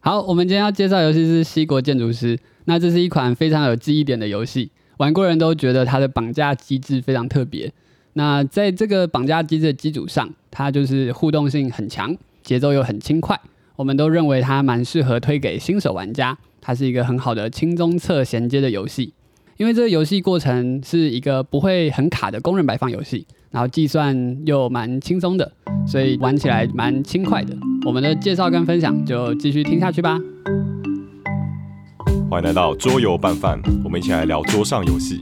好，我们今天要介绍游戏是《西国建筑师》，那这是一款非常有记忆点的游戏，玩过人都觉得它的绑架机制非常特别。那在这个绑架机制的基础上，它就是互动性很强，节奏又很轻快，我们都认为它蛮适合推给新手玩家，它是一个很好的轻中侧衔接的游戏。因为这个游戏过程是一个不会很卡的工人摆放游戏，然后计算又蛮轻松的，所以玩起来蛮轻快的。我们的介绍跟分享就继续听下去吧。欢迎来到桌游拌饭，我们一起来聊桌上游戏。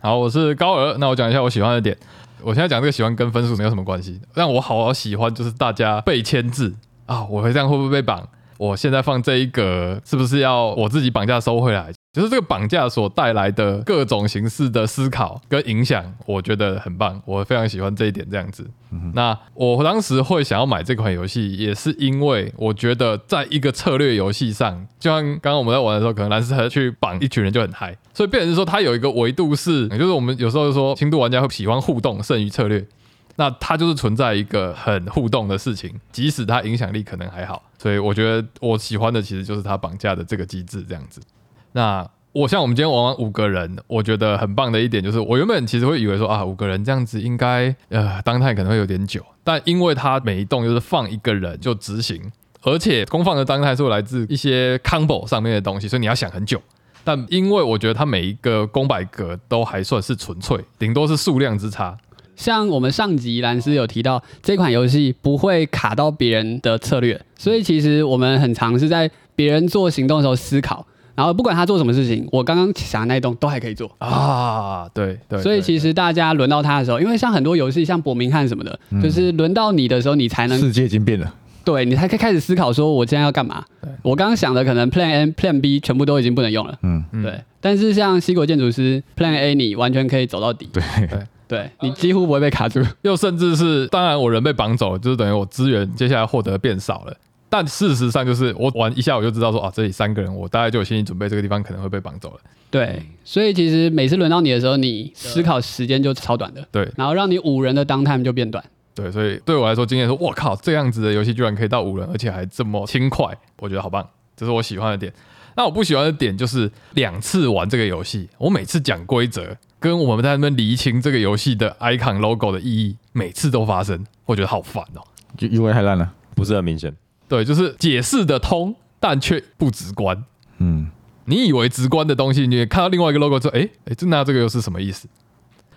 好，我是高尔，那我讲一下我喜欢的点。我现在讲这个喜欢跟分数没有什么关系，但我好好喜欢就是大家被牵制啊，我会这样会不会被绑？我现在放这一格是不是要我自己绑架收回来？就是这个绑架所带来的各种形式的思考跟影响，我觉得很棒，我非常喜欢这一点这样子。那我当时会想要买这款游戏，也是因为我觉得在一个策略游戏上，就像刚刚我们在玩的时候，可能蓝思和去绑一群人就很嗨，所以变成是说它有一个维度是，就是我们有时候说轻度玩家会喜欢互动胜于策略，那它就是存在一个很互动的事情，即使它影响力可能还好，所以我觉得我喜欢的其实就是它绑架的这个机制这样子。那我像我们今天玩完五个人，我觉得很棒的一点就是，我原本其实会以为说啊，五个人这样子应该呃当太可能会有点久，但因为它每一栋就是放一个人就执行，而且公放的当态是来自一些 combo 上面的东西，所以你要想很久。但因为我觉得它每一个公百格都还算是纯粹，顶多是数量之差，像我们上集兰斯有提到，这款游戏不会卡到别人的策略，所以其实我们很常是在别人做行动的时候思考，然后不管他做什么事情，我刚刚想的那一栋都还可以做。啊，对对，所以对其实大家轮到他的时候，因为像很多游戏，像伯明翰什么的，就是嗯轮到你的时候，你才能世界已经变了，对你才可以开始思考说，我今天要干嘛对？我刚刚想的可能 Plan A、Plan B 全部都已经不能用了。嗯，嗯对。但是像西国建筑师 Plan A，你完全可以走到底，对，嗯对你几乎不会被卡住。又甚至是，当然我人被绑走了，就是等于我资源接下来获得变少了。但事实上就是我玩一下我就知道说啊，这里三个人，我大概就有心理准备，这个地方可能会被绑走了。对，所以其实每次轮到你的时候，你思考时间就超短的，对然后让你五人的 downtime 就变短。对，所以对我来说，今天说，我靠，这样子的游戏居然可以到五人，而且还这么轻快，我觉得好棒，这是我喜欢的点。那我不喜欢的点就是两次玩这个游戏，我每次讲规则，跟我们在那边厘清这个游戏的 icon logo 的意义，每次都发生，我觉得好烦哦、就 UI 太烂了，不是很明显，对，就是解释的通，但却不直观。嗯，你以为直观的东西，你也看到另外一个 logo 之后，哎、诶哎、这那这个又是什么意思？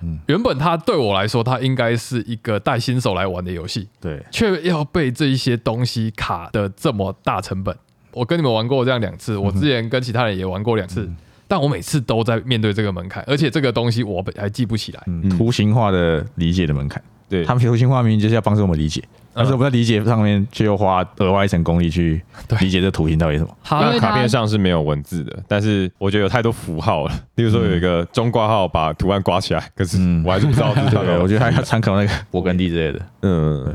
嗯原本它对我来说，它应该是一个带新手来玩的游戏，对，却要被这一些东西卡的这么大成本。我跟你们玩过这样两嗯次，我之前跟其他人也玩过两次，但我每次都在面对这个门槛，而且这个东西我还记不起来。嗯，图形化的理解的门槛，对他们图形化明明就是要帮助我们理解，但是我们在理解上面却又花额外一层功力去对理解这图形到底是什么，因那为卡它片上是没有文字的，但是我觉得有太多符号了。 例如说有一个中挂号把图案刮起来，可是嗯我还是不知道是什对，我 么。觉得还要参考那个勃艮第之类的，嗯，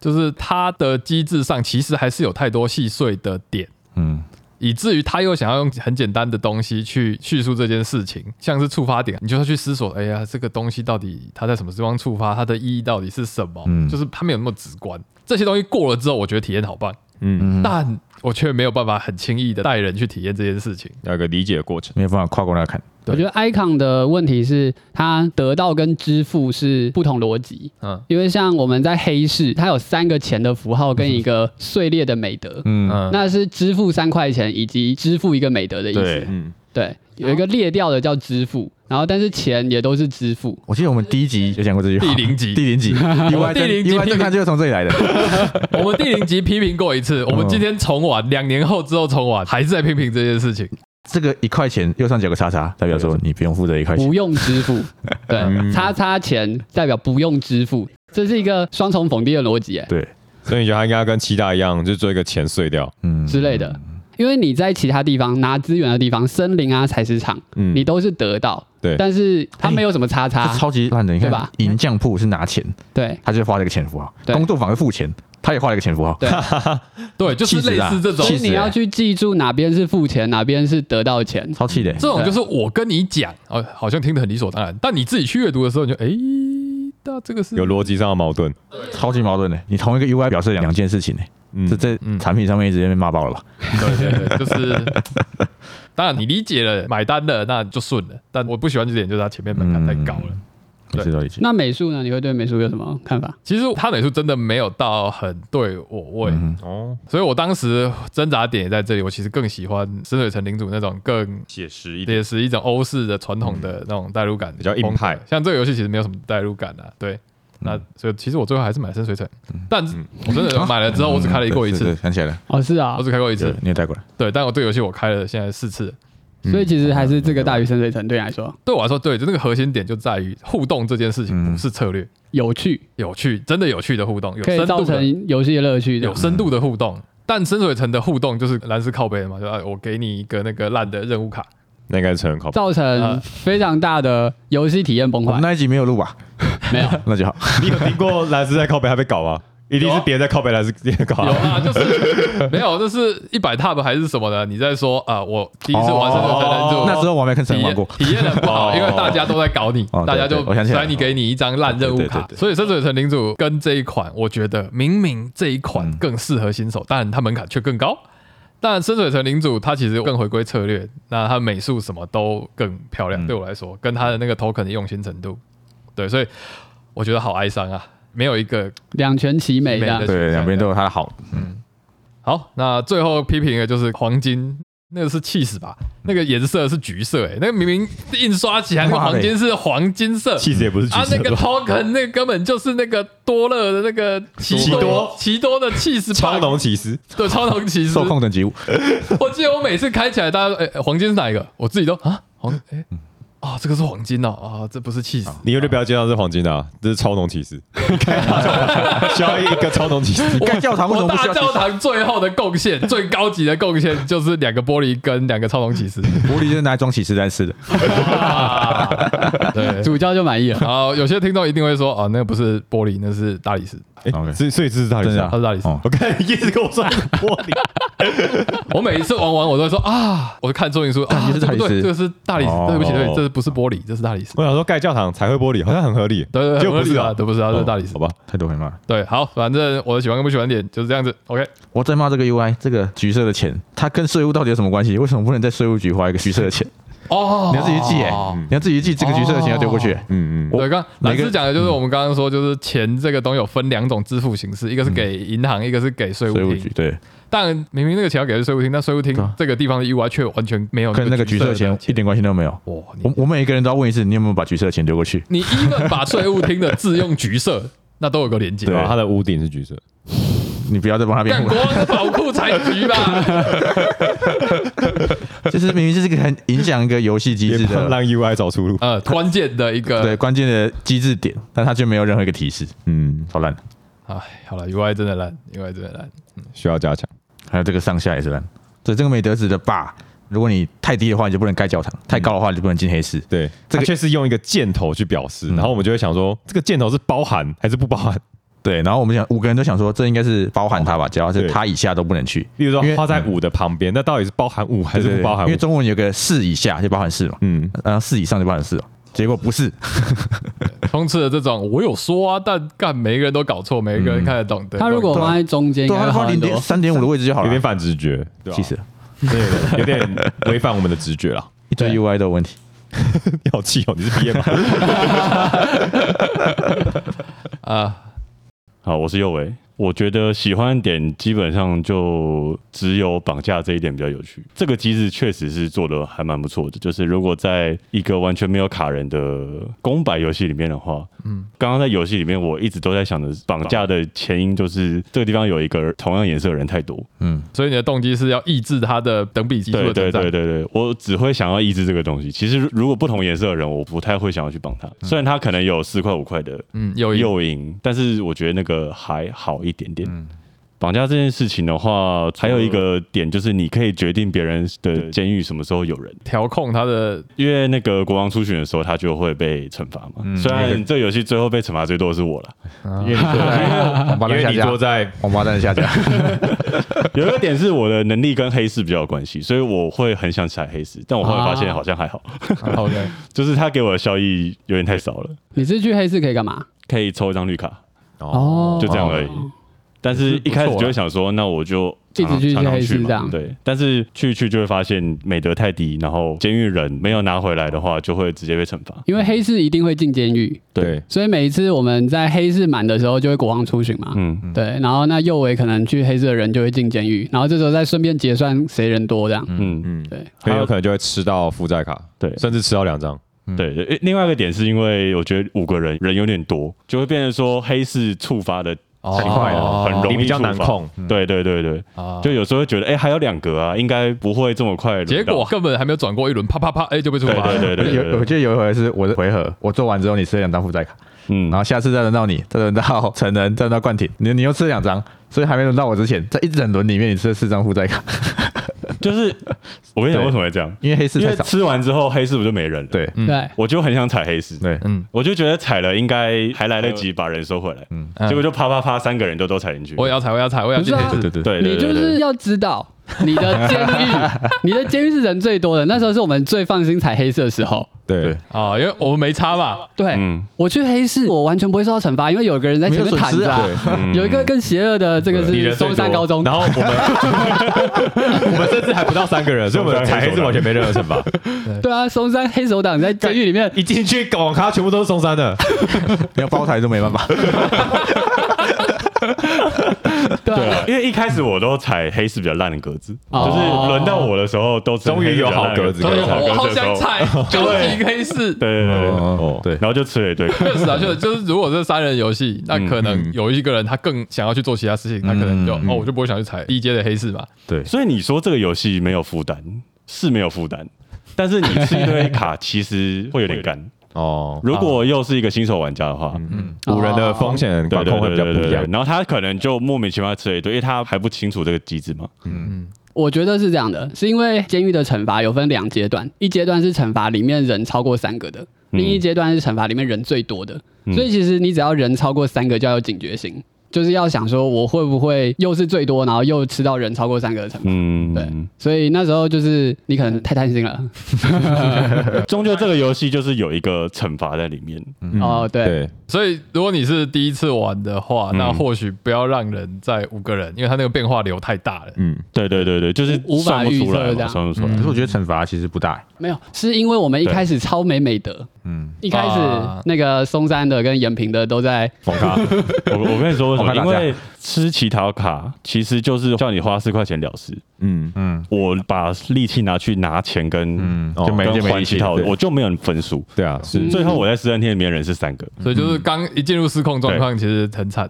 就是它的机制上，其实还是有太多细碎的点。嗯，以至于他又想要用很简单的东西去叙述这件事情，像是触发点，你就要去思索，哎呀，这个东西到底它在什么地方触发，它的意义到底是什么？嗯就是它没有那么直观。这些东西过了之后，我觉得体验好棒，嗯，但我却没有办法很轻易的带人去体验这件事情。要有个理解的过程。没有办法跨过那个坎，对我觉得 icon 的问题是，它得到跟支付是不同逻辑。嗯因为像我们在黑市，它有三个钱的符号跟一个碎裂的美德，嗯，嗯，那是支付三块钱以及支付一个美德的意思对。嗯，对，有一个裂掉的叫支付，然后但是钱也都是支付。我记得我们第一集有讲过这句话，第零集第零集，UI 第零集 UI 正看就是从这里来的，我们第零集批评过一次，嗯我们今天重玩，两年后之后重玩，还是在批评这件事情。这个一块钱右上角有个叉叉，代表说你不用负责一块钱不，用支付， 对，嗯叉叉钱代表不用支付，这是一个双重否定的逻辑，哎对，所以你觉得他应该要跟七大一样，就做一个钱碎掉。嗯，之类的。因为你在其他地方拿资源的地方，森林啊、采石场，嗯你都是得到，对但是它没有什么叉叉这，哎超级烂的，你看对吧？银匠铺是拿钱，对他就画了一个潜伏号，对工作坊是付钱，他也画了一个潜伏号， 对，对，就是气死类啦似这种所以气死你要欸去记住哪边是付钱，哪边是得到钱。超气的欸。这种就是我跟你讲，哦，好像听得很理所当然，但你自己去阅读的时候，你就诶，那这个是有逻辑上的矛盾。超级矛盾的。你同一个 UI 表示两两件事情呢，嗯这在嗯产品上面直接被骂爆了吧？对对对，就是当然你理解了买单了，那就顺了。但我不喜欢这点就是它前面门槛太高了。对我知道一些。那美术呢？你会对美术有什么看法？其实他美术真的没有到很对我味，嗯哦，所以我当时挣扎点也在这里。我其实更喜欢深水城领主那种更写实一点，也是一种欧式的传统嗯的那种代入感，比较硬派。像这个游戏其实没有什么代入感啊，嗯对。那所以其实我最后还是买深水城，但是我真的买了之后，我只开了过一 对，次对，想起来了，哦，是啊我，只开过一对次，，你也带过来。对。但我对游戏我开了现在四次，所以其实还是这个大于深水城对你来说对我来说，对，就那个核心点就在于互动这件事情嗯不是策略，有趣，有趣，真的有趣的互动，有可以深造度的，成游戏的乐趣这有样。深度的互动。但深水城的互动就是蓝斯靠背的嘛，就啊，我给你一个那个烂的任务卡，那应该是很靠谱。造成呃非常大的游戏体验崩我坏们，那一集没有录吧？没有，那就好。 你有听过蓝斯在靠北还被搞吗？一定是别人在靠北蓝斯别人搞有啊。啊，就是没有，啊就是一百 tab 还是什么的，你在说啊，我第一次玩深水城忍哦住，那时候我还没跟体陈玩过验，体验很不好，哦因为大家都在搞你哦，对大家就对我想起来了塞你给你一张烂任务对对卡对对，对所以深水城领主跟这一款，我觉得明明这一款更适合新手，但它门槛却更高。但深水城领主它其实更回归策略，那它美术什么都更漂亮，嗯对我来说，跟它的那个 token 的用心程度，对，所以我觉得好哀伤啊，没有一个两全其美这样美。的对，两边都有它的好。好，那最后批评的就是黄金，那个是气死吧？那个颜色是橘色、欸，哎，那个明明印刷起来那个妈嘞黄金是黄金色。气质也不是橘啊，色那个 token 那个根本就是那个多乐的那个奇奇多奇多的气死超浓骑士，对超浓骑士受。控等级五，我记得我每次开起来，大家说，哎、黄金是哪一个？我自己都啊黄哎、啊这个是黄金哦啊这不是气死，你以后就不要介绍是黄金的啊，这是超浓骑士。 需要一个超浓骑士，你盖教堂为什我么不需大要教堂最后的贡献，最高级的贡献就是两个玻璃跟两个超浓骑士。玻璃就是拿来装起士在吃的？啊对，主教就满意了，然后有些听众一定会说，啊，那个不是玻璃，那是大理石，哎 OK 所以所以这是大理真石的啊它。是大理石。哦我看叶子跟我说玻璃，我每一次玩完，我都会说啊，我就看说明书， 啊，这是这大不理石对，这个是大理石，哦对不起，对，这不是玻璃，这是大理石。 我想说盖教堂才会玻璃，好像很合理。对对对，就不是啊，啊，对，不是啊，这是大理哦石好。吧？太多人骂了。对，好，反正我的喜欢跟不喜欢点就是这样子。OK，我在骂这个 UI，这个橘色的钱，它跟税务到底有什么关系？为什么不能在税务局花一个橘色的钱？哦你要自己记哎、你要自己记这个橘色的钱要丢过去、嗯嗯，对，刚每老个师讲的就是我们刚刚说，就是钱这个东西有分两种支付形式，一个是给银行，一个是给税务嗯税务局厅。对，但明明那个钱要给的是税务厅，但税务厅对啊这个地方的 UI 却完全没有跟那个橘色的的钱一点关系都没有。哇，你我我每一个人都要问一次，你有没有把橘色的钱丢过去？你 even 把税务厅的自用橘 色，那都有个连接。对，啊它的屋顶是橘色，你不要再帮他辩干护国了。王的宝库才橘 吧？ 就是明明就是个很影响一个游戏机也制不的，让 UI 找出路。呃，关键的一对个，关键的机制点，但它却没有任何一个提示，嗯，超烂的。哎，好了，UI 真的烂，UI 真的烂。需要加强。还有这个上下也是烂。对，这个美德子的 bar，如果你太低的话，你就不能盖教堂；太高的话，你就不能进黑市。对，这它个却是用一个箭头去表示，嗯然后我们就会想说，这个箭头是包含还是不包含？对，然后我们想五个人都想说，这应该是包含它吧，只要是哦对它以下都不能去。例如因说为画在五的旁边，那到底是包含五还是不包含因五为？中文有个四以下就包含四嘛，嗯，然后四以上就包含四哦。结果不是，充斥了这种，我有说啊，但干每个人都搞错，每个人看得懂的。他如果放在中间，应对该啊，会它好放很零点多。三点五的位置就好有了点。反直觉，对吧气死了，对有点违反我们的直觉了。一堆对 UI 都有问题。你好气哦，你是毕业吗？啊，好，我是右维。我觉得喜欢的点基本上就只有绑架这一点比较有趣。这个机制确实是做的还蛮不错的，就是如果在一个完全没有卡人的公版游戏里面的话，嗯嗯，刚刚在游戏里面我一直都在想的是绑架的前因就是这个地方有一个同样颜色的人太多，嗯，所以你的动机是要抑制他的等比级数对的对增长对对。对，我只会想要抑制这个东西。其实如如果不同颜色的人，我不太会想要去绑他，虽然他可能有四块五块的嗯，有有诱因，但是我觉得那个还好一点点。绑架这件事情的话，嗯还有一个点就是你可以决定别人的监狱什么时候有人，调控他 的因为那个国王出巡的时候，他就会被惩罚嘛。嗯虽然这游戏最后被惩罚最多的是我了， 啊因为你做 因王八蛋为下你架坐，在王八蛋下架，有一个点是我的能力跟黑市比较有关系，所以我会很想踩黑市，但我后来发现好像还好， OK， 就是他给我的效益有点太少了，你是去黑市可以干嘛？可以抽一张绿卡，哦就这样而已。但是啊一开始就会想说，那我就常常一直去常常黑市去嘛这样对。但是去一去就会发现美德太低，然后监狱人没有拿回来的话，就会直接被惩罚。因为黑市一定会进监狱，对，所以每一次我们在黑市满的时候，就会国王出巡嘛。嗯，对，然后那右尾可能去黑市的人就会进监狱，然后这时候再顺便结算谁人多这样。嗯嗯，对，很有可能就会吃到负债卡，对甚至吃到两张。对，诶另外一个点是因为我觉得五个人人有点多，就会变成说黑市触发的，哦奇怪了很容易你比较难触发控，嗯对对对对，啊就有时候会觉得，哎、还有两格啊，应该不会这么快轮到。结果根本还没有转过一轮，啪啪啪，哎、就被触对发了。对对对对 有我对，记得有一回是我的回合，我做完之后你吃了两张负债卡，嗯然后下次再轮到你，再轮到成人，再轮到冠廷，你你又吃了两张，所以还没轮到我之前，在一整轮里面你吃了四张负债卡， 就是我跟你讲对为什么会这样，因为黑市因太为少，吃完之后黑市不就没人了？，对嗯对，我就很想踩黑市，对，嗯，我就觉得踩了应该还来得及把人收回来，嗯，结果就啪啪啪三个人都都踩进去，我也要踩，我也要踩，我也要进不是黑啊市。对对对，对你对就对是对，要知道你的监狱，你的监狱是人最多的，那时候是我们最放心踩黑色的时候。对对，啊，因为我们没差嘛，对，嗯我去黑市，我完全不会受到惩罚，因为有个人在前面弹着、啊没有。嗯有一个更邪恶的，这个你是人松最多山高中，然后我们我们甚至还不到三个人，所以我们踩黑是完全没任何惩罚。对啊，松山黑手党在监狱里面，一进去网咖全部都是松山的，连包台都没办法，对对啊，啊，因为一开始我都踩黑市比较烂的格子，哦就是轮到我的时候都是终于有好格子黑所市以比较烂的我好格子的时想候踩，就是一个黑市。对对对对对，哦嗯对然后就吃了一堆，确 实啊，确实就是如果是三人游戏，那可能有一个人他更想要去做其他事情，他可能就嗯嗯嗯哦，我就不会想去踩低阶的黑市嘛。对，所以你说这个游戏没有负担是没有负担，但是你吃一堆卡其实会有点干。哦，如果又是一个新手玩家的话，嗯，哦五人的风险对管对控会比对较对不对一样对，。然后他可能就莫名其妙吃了一堆，因为他还不清楚这个机制嘛。我觉得是这样的，是因为监狱的惩罚有分两阶段，一阶段是惩罚里面人超过三个的，另一阶段是惩罚里面人最多的。嗯所以其实你只要人超过三个，就要有警觉性，就是要想说我会不会又是最多，然后又吃到人超过三个的惩罚。嗯，对，所以那时候就是你可能太贪心了。终究这个游戏就是有一个惩罚在里面。哦，对，对，所以如果你是第一次玩的话，嗯那或许不要让人在五个人，因为他那个变化流太大了。嗯，对对对对，就是无无法算不预出测来这嘛，样算不出来可。是我觉得惩罚其实不大，没有，是因为我们一开始超没美德，嗯，一开始啊那个松山的跟延平的都在网咖我我跟你说为什我么？怕打因架为吃乞讨卡其实就是叫你花四块钱了事。嗯嗯我把力气拿去拿钱跟嗯，哦就没跟就没还力乞气讨，对我就没有分数。对啊，是最后我在实战厅里面人是三个，所以嗯就是刚一进入失控状况，其实很惨。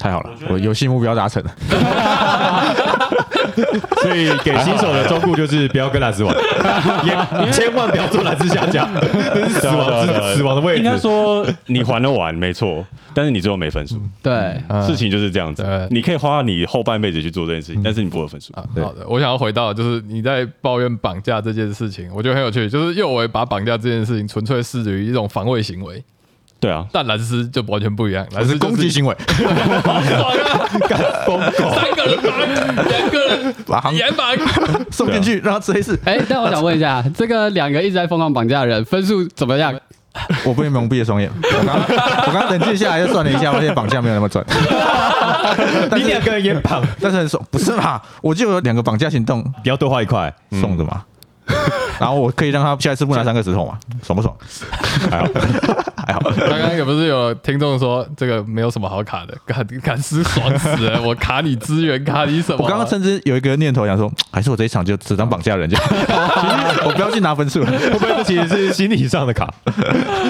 太好了，我游戏目标达成了，所以给新手的忠告就是不要跟蓝斯玩，也千万不要做蓝斯下家，这是死亡对啊对啊对啊之死亡的位应该置。说你还了完没错，但是你最后没分数。对，嗯事情就是这样子对，你可以花你后半辈子去做这件事情，但是你不会有分数。啊，对好的，我想要回到就是你在抱怨绑架这件事情，我觉得很有趣，就是右维把绑架这件事情纯粹视于一种防卫行为，对啊，但蓝斯就完全不一样，还蓝是斯就攻击行为，好 爽啊，疯狗三个人绑，两个人 把行严绑，送进去让他吃黑市，哎、但我想问一下，这个两个一直在疯狂绑架的人分数怎么样？我被蒙蔽了双眼，我刚我刚冷静下来就算了一下，发现绑架没有那 么准，你两个人也绑， 但是很爽，不是嘛？我就有两个绑架行动你要多花一块，送的嘛。嗯 然后我可以让他下一次不拿三个石头嘛，爽不爽？还好。还好， 刚刚也不是有听众说这个没有什么好卡的， 卡卡斯爽死了， 我卡你资源，卡你什么？我刚刚甚至有一个念头想说，还是我这一场就只当绑 架人就好，其实我不要去拿分数了。会不会这其实是心理上的卡？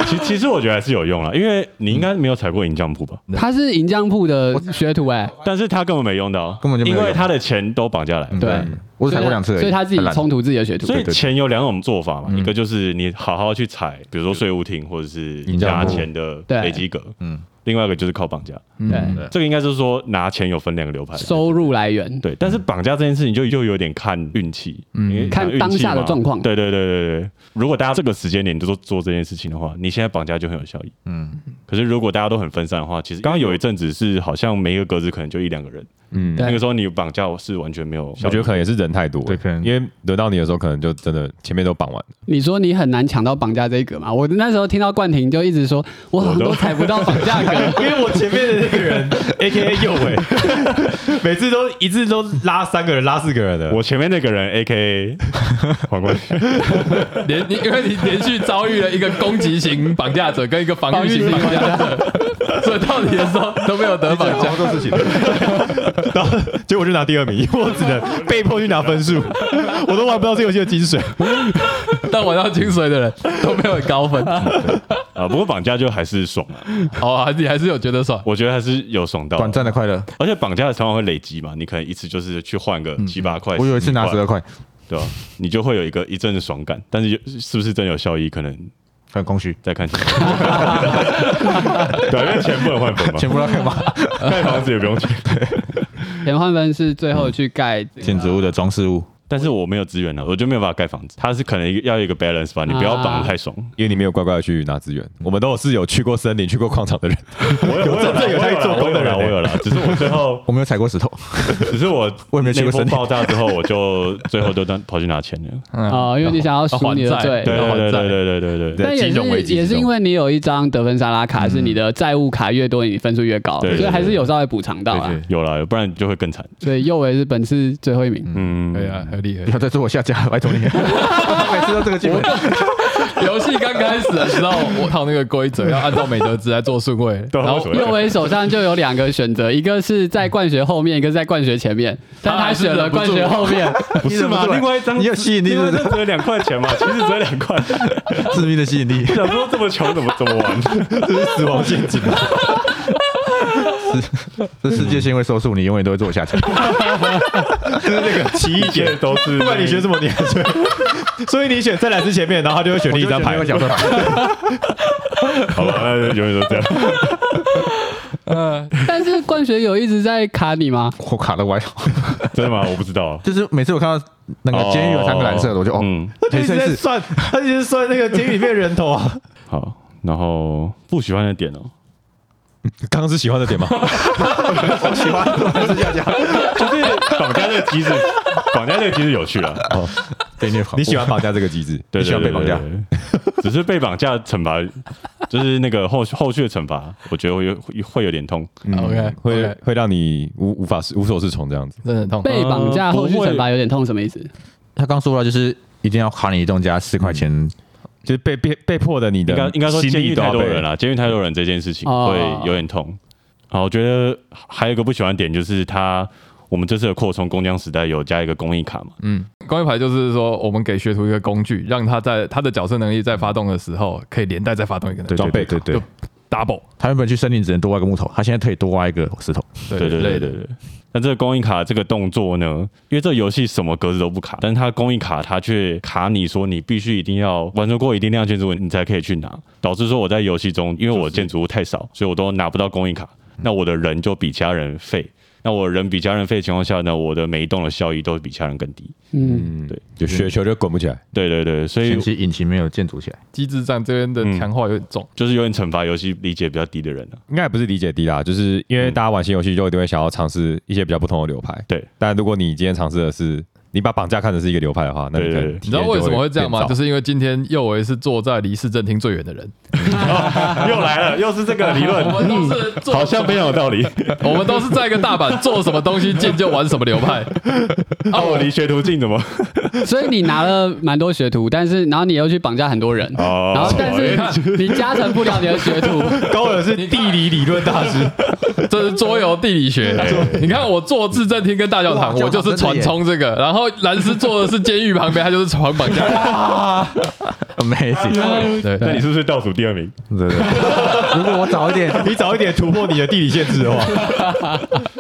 其其实我觉得还是有用啦，因为你应该没有踩过银匠铺吧？他是银匠铺的学徒哎、但是他根本没用到，根本就没有因用为他的钱都绑架来，对嗯我只踩过两次而已，所以他自己很懒冲突自己的学徒。所以对对钱有两种做法嘛，一个就是你好好去踩，比如说税务厅或者是银匠加铺钱的对累积格，嗯嗯，另外一个就是靠绑架。嗯对对这个应该就是说拿钱有分两个流派，收入来源，对，但是绑架这件事情就又有点看运气，嗯因为看运当气下的嘛状况对对对对对，如果大家这个时间点就做做这件事情的话，你现在绑架就很有效益。嗯可是如果大家都很分散的话，其实刚刚有一阵子是好像每一个格子可能就一两个人，嗯，对那个时候你绑架是完全没有我效觉益的。得可能也是人太多，对可能因为轮到你的时候，可能就真的前面都绑完了。你说你很难抢到绑架这一格嘛？我那时候听到冠廷就一直说，我好像都踩不到绑架格。因为我前面的那个 人，A K A 右伟， 每次都一次都拉三个人，拉四个人的。 我前面那个人 A K A 皇冠， 连你因为你连续遭遇了一个攻击型绑架者跟一个防御型绑架者，所以到你的时候 都没有得绑架。做事情，然后结果我就拿第二名， 因为我只能被迫去拿分数，我都玩不到这游戏的精髓。但玩到清水的人 都没有很高分。 啊，不过绑架就还是 爽啊，好啊，你还是有觉得爽。我觉得还是有爽到短，暂的快乐。而且绑架常常会累积嘛，你可能一次就是去换个七八块，我有一次拿10十块二块，对吧、你就会有一个一阵的爽感，但是是不是真的有效益，可能很空虚，再看钱。对，因为钱不能换本嘛，全部要干 嘛？盖房子也不用钱。钱焕芬是最后去盖建筑物的装饰物，但是我没有资源了，啊我就没有办法盖房子。它是可能一个要一个 balance 吧，你不要绑得太爽。 因为你没有乖乖的去拿资源，嗯我们都有是有去过森林、去过矿场的人，我有真正有在做工的人我有了，只是我最后，我没有踩过石头，只是我我也没去过那波森林爆炸之后，我就最后就当跑去拿钱了。啊、因为你想要赎你的罪。对要还对对债对对对对对。但也金融危是机也之是中因为你有一张得分沙拉卡，是你的债务卡越多，你分数越高，对对对所以还是有稍微补偿到啊。对有了，不然就会更惨。所以右维是本次最后一名，嗯，可以啊，合理合不 要再做我下家了，拜托你。 每次都这个 剧本，理。游戏刚开始的时候，我套那个规则，要按照美德值来做顺位，对然后为什么右维手上就有两个选择，一个是在冠学后面，一个是在冠学前面，啊但他他还是选了冠学后 面，不是嘛？你忍不住啊另外一张你有吸引力另外一张是不只有两块钱嘛，其实只有 两块。致命的吸引力，想说这么穷怎么怎么玩？这是死亡陷 阱。这世界性会收束你，永远都会做我下家。奇异姐都是，不管你选什么，你还是会所以你选在来之前面，然后他就会选另一张牌我。 就觉得没有角色牌好吧，那永远都这样。嗯，但是冠学有一直在卡你吗？ 啊我卡的歪，真的吗？我不知道。 就是每次我看到那个监狱有三个蓝色的，我就哦，嗯，他一直在算，他一直在算那个监狱里面人头啊。好。然后不喜欢的点哦，刚刚是喜欢的点吗？ 就是绑架这个机制，绑架这个机制有趣啊了。被虐狂你喜欢绑架这个机制？ 对，你喜欢被绑架对，对对对只是被绑架惩罚，就是那个后后续的惩罚，我觉得会有会会有点痛。 OK，嗯会 OK 会让你无无法无所适从这样子。真的很痛。被绑架后续惩罚有点痛，什么意思？他刚说了，就是一定要卡你一栋家四块钱，嗯就是被被被迫的，你的应该应该说心监狱力都太要多被人啊了，监狱太多人这件事情哦会有点痛。好，我觉得还有一个不喜欢的点就是他，我们这次的扩充工匠时代有加一个公益卡嘛，公益牌就是说，我们给学徒一个工具，让他在他的角色能力在发动的时候，可以连带再发动一个能力装备对对对 double，他原本去森林只能多挖一个木头，他现在可以多挖一个石头，对对之类对的对对。那这个公益卡这个动作呢，因为这个游戏什么格子都不卡，但是它公益卡它却卡你说你必须一定要完成过一定量建筑物，你才可以去拿，导致说我在游戏中，因为我建筑物太少，所以我都拿不到公益卡，那我的人就比其他人废。那我人比其他人废的情况下呢，我的每一栋的效益都比其他人更低。嗯，就雪球就滚不起来。对对对，所以前期引擎没有建筑 起来，机制上这边的强化有点重。就是有点惩罚游戏理解比较低的人啊了、应该也不是理解低啦，就是因为大家玩新游戏就一定会想要尝试一些比较不同的流派。对，但如果你今天尝试的是你把绑架看成是一个流派的话，那你对可对能对你知道为什么会这样吗？就是是因为今天右维是坐在离市政厅最远的人， 又来了，又是这个理我论，们都是坐 好像非常有道 理。我们都是在一个大阪做什么东西进就玩什么流派。那哦 我离学徒近怎么？嗯所以你拿了蛮多学徒，但是然后你又去绑架很多人，哦然后但是你加成不了你的学徒，高尔是地理理论大师， 这是桌游地理学。你看我做市政厅跟大教堂，哇我就是传冲这个，然后蓝斯做的是监狱旁边，他就是传绑架。 amazing。对，那你是不是倒数第二名？对对， 如果我早一点， 你早一点突破你的地理限制的话，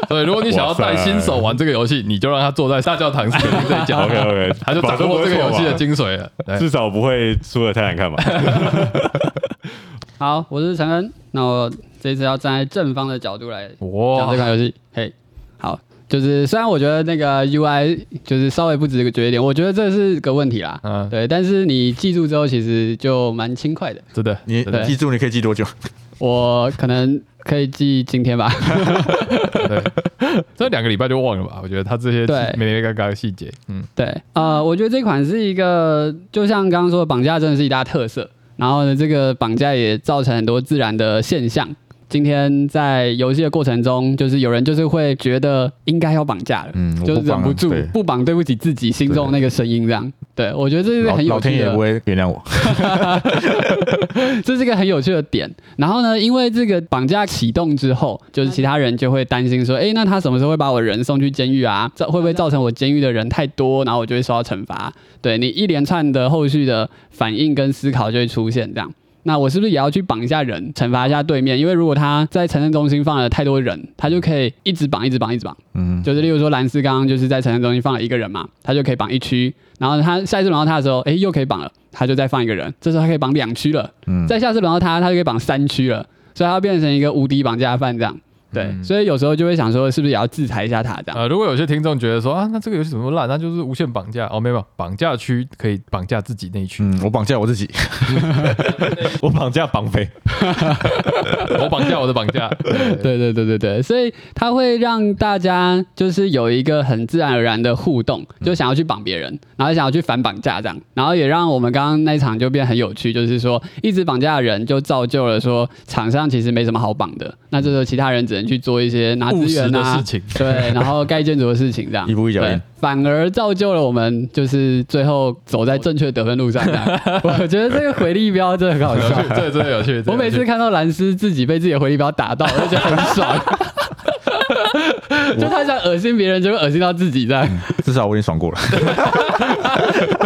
对，如果你想要带哇塞新手玩这个游戏，你就让他坐在大教堂市政厅这一 角 OK，OK 他就掌啊握这个游戏的精髓了。对至少不会输的太难看嘛。好，我是陈恩，那我这次要站在正方的角度来讲哇这，款游戏。嘿，好，就是虽然我觉得那个 UI 就是稍微不直觉一点，我觉得这是个问题啦。嗯，对，但是你记住之后，其实就蛮轻快的。真的， 你真的对记住你可以记多久？我可能可以记今天吧。 这两个礼拜就忘了吧？我觉得他这些对每每个个细节，嗯，对，呃，我觉得这款是一个，就像刚刚说的，绑架真的是一大特色。然后呢，这个绑架也造成很多自然的现象。今天在游戏的过程中，就是有人就是会觉得应该要绑架了，嗯我就不是忍绑不了住对不绑，对不起自己心中那个声音这样。对，我觉得这是一个老很有老天趣爷的不，会原谅我。这是一个很有趣的点。然后呢，因为这个绑架启动之后，就是其他人就会担心说，诶，那他什么时候会把我人送去监狱啊？这会不会造成我监狱的人太多，然后我就会受到惩罚？对你一连串的后续的反应跟思考就会出现这样。那我是不是也要去绑一下人，惩罚一下对面？因为如果他在城镇中心放了太多人，他就可以一直绑，一直绑，一直绑。嗯，就是例如说蓝斯刚刚就是在城镇中心放了一个人嘛，他就可以绑一区，然后他下一次轮到他的时候，诶，又可以绑了，他就再放一个人，这时候他可以绑两区了，嗯再下次轮到他，他就可以绑三区了，所以他变成一个无敌绑架犯这样。对，嗯所以有时候就会想说，是不是也要制裁一下他这样？呃，如果有些听众觉得说啊，那这个游戏怎么那么烂，那就是无限绑架哦，没有没有绑架区可以绑架自己那一区，嗯，我绑架我自己。 我绑架绑匪，啊我绑架我的绑 架，对对对对对对，所以他会让大家就是有一个很自然而然的互动，嗯就想要去绑别人，然后想要去反绑架这样，然后也让我们刚刚那一场就变很有趣，就是说一直绑架的人就造就了说场上其实没什么好绑的，那这时候其他人只能去做一些拿务资实源的啊事，情，对，然后盖建筑的事情这样，一步一脚印对，反而造就了我们就是最后走在正确得分路上这样。 我觉得这个回力标真的很好有笑趣，。这真的有趣。这我每次有趣看到蓝斯自己被自己的回力镖打到，我就觉得 很爽。 就他想恶心别人，就会恶心到自己这嗯样，至少我已经爽过 了。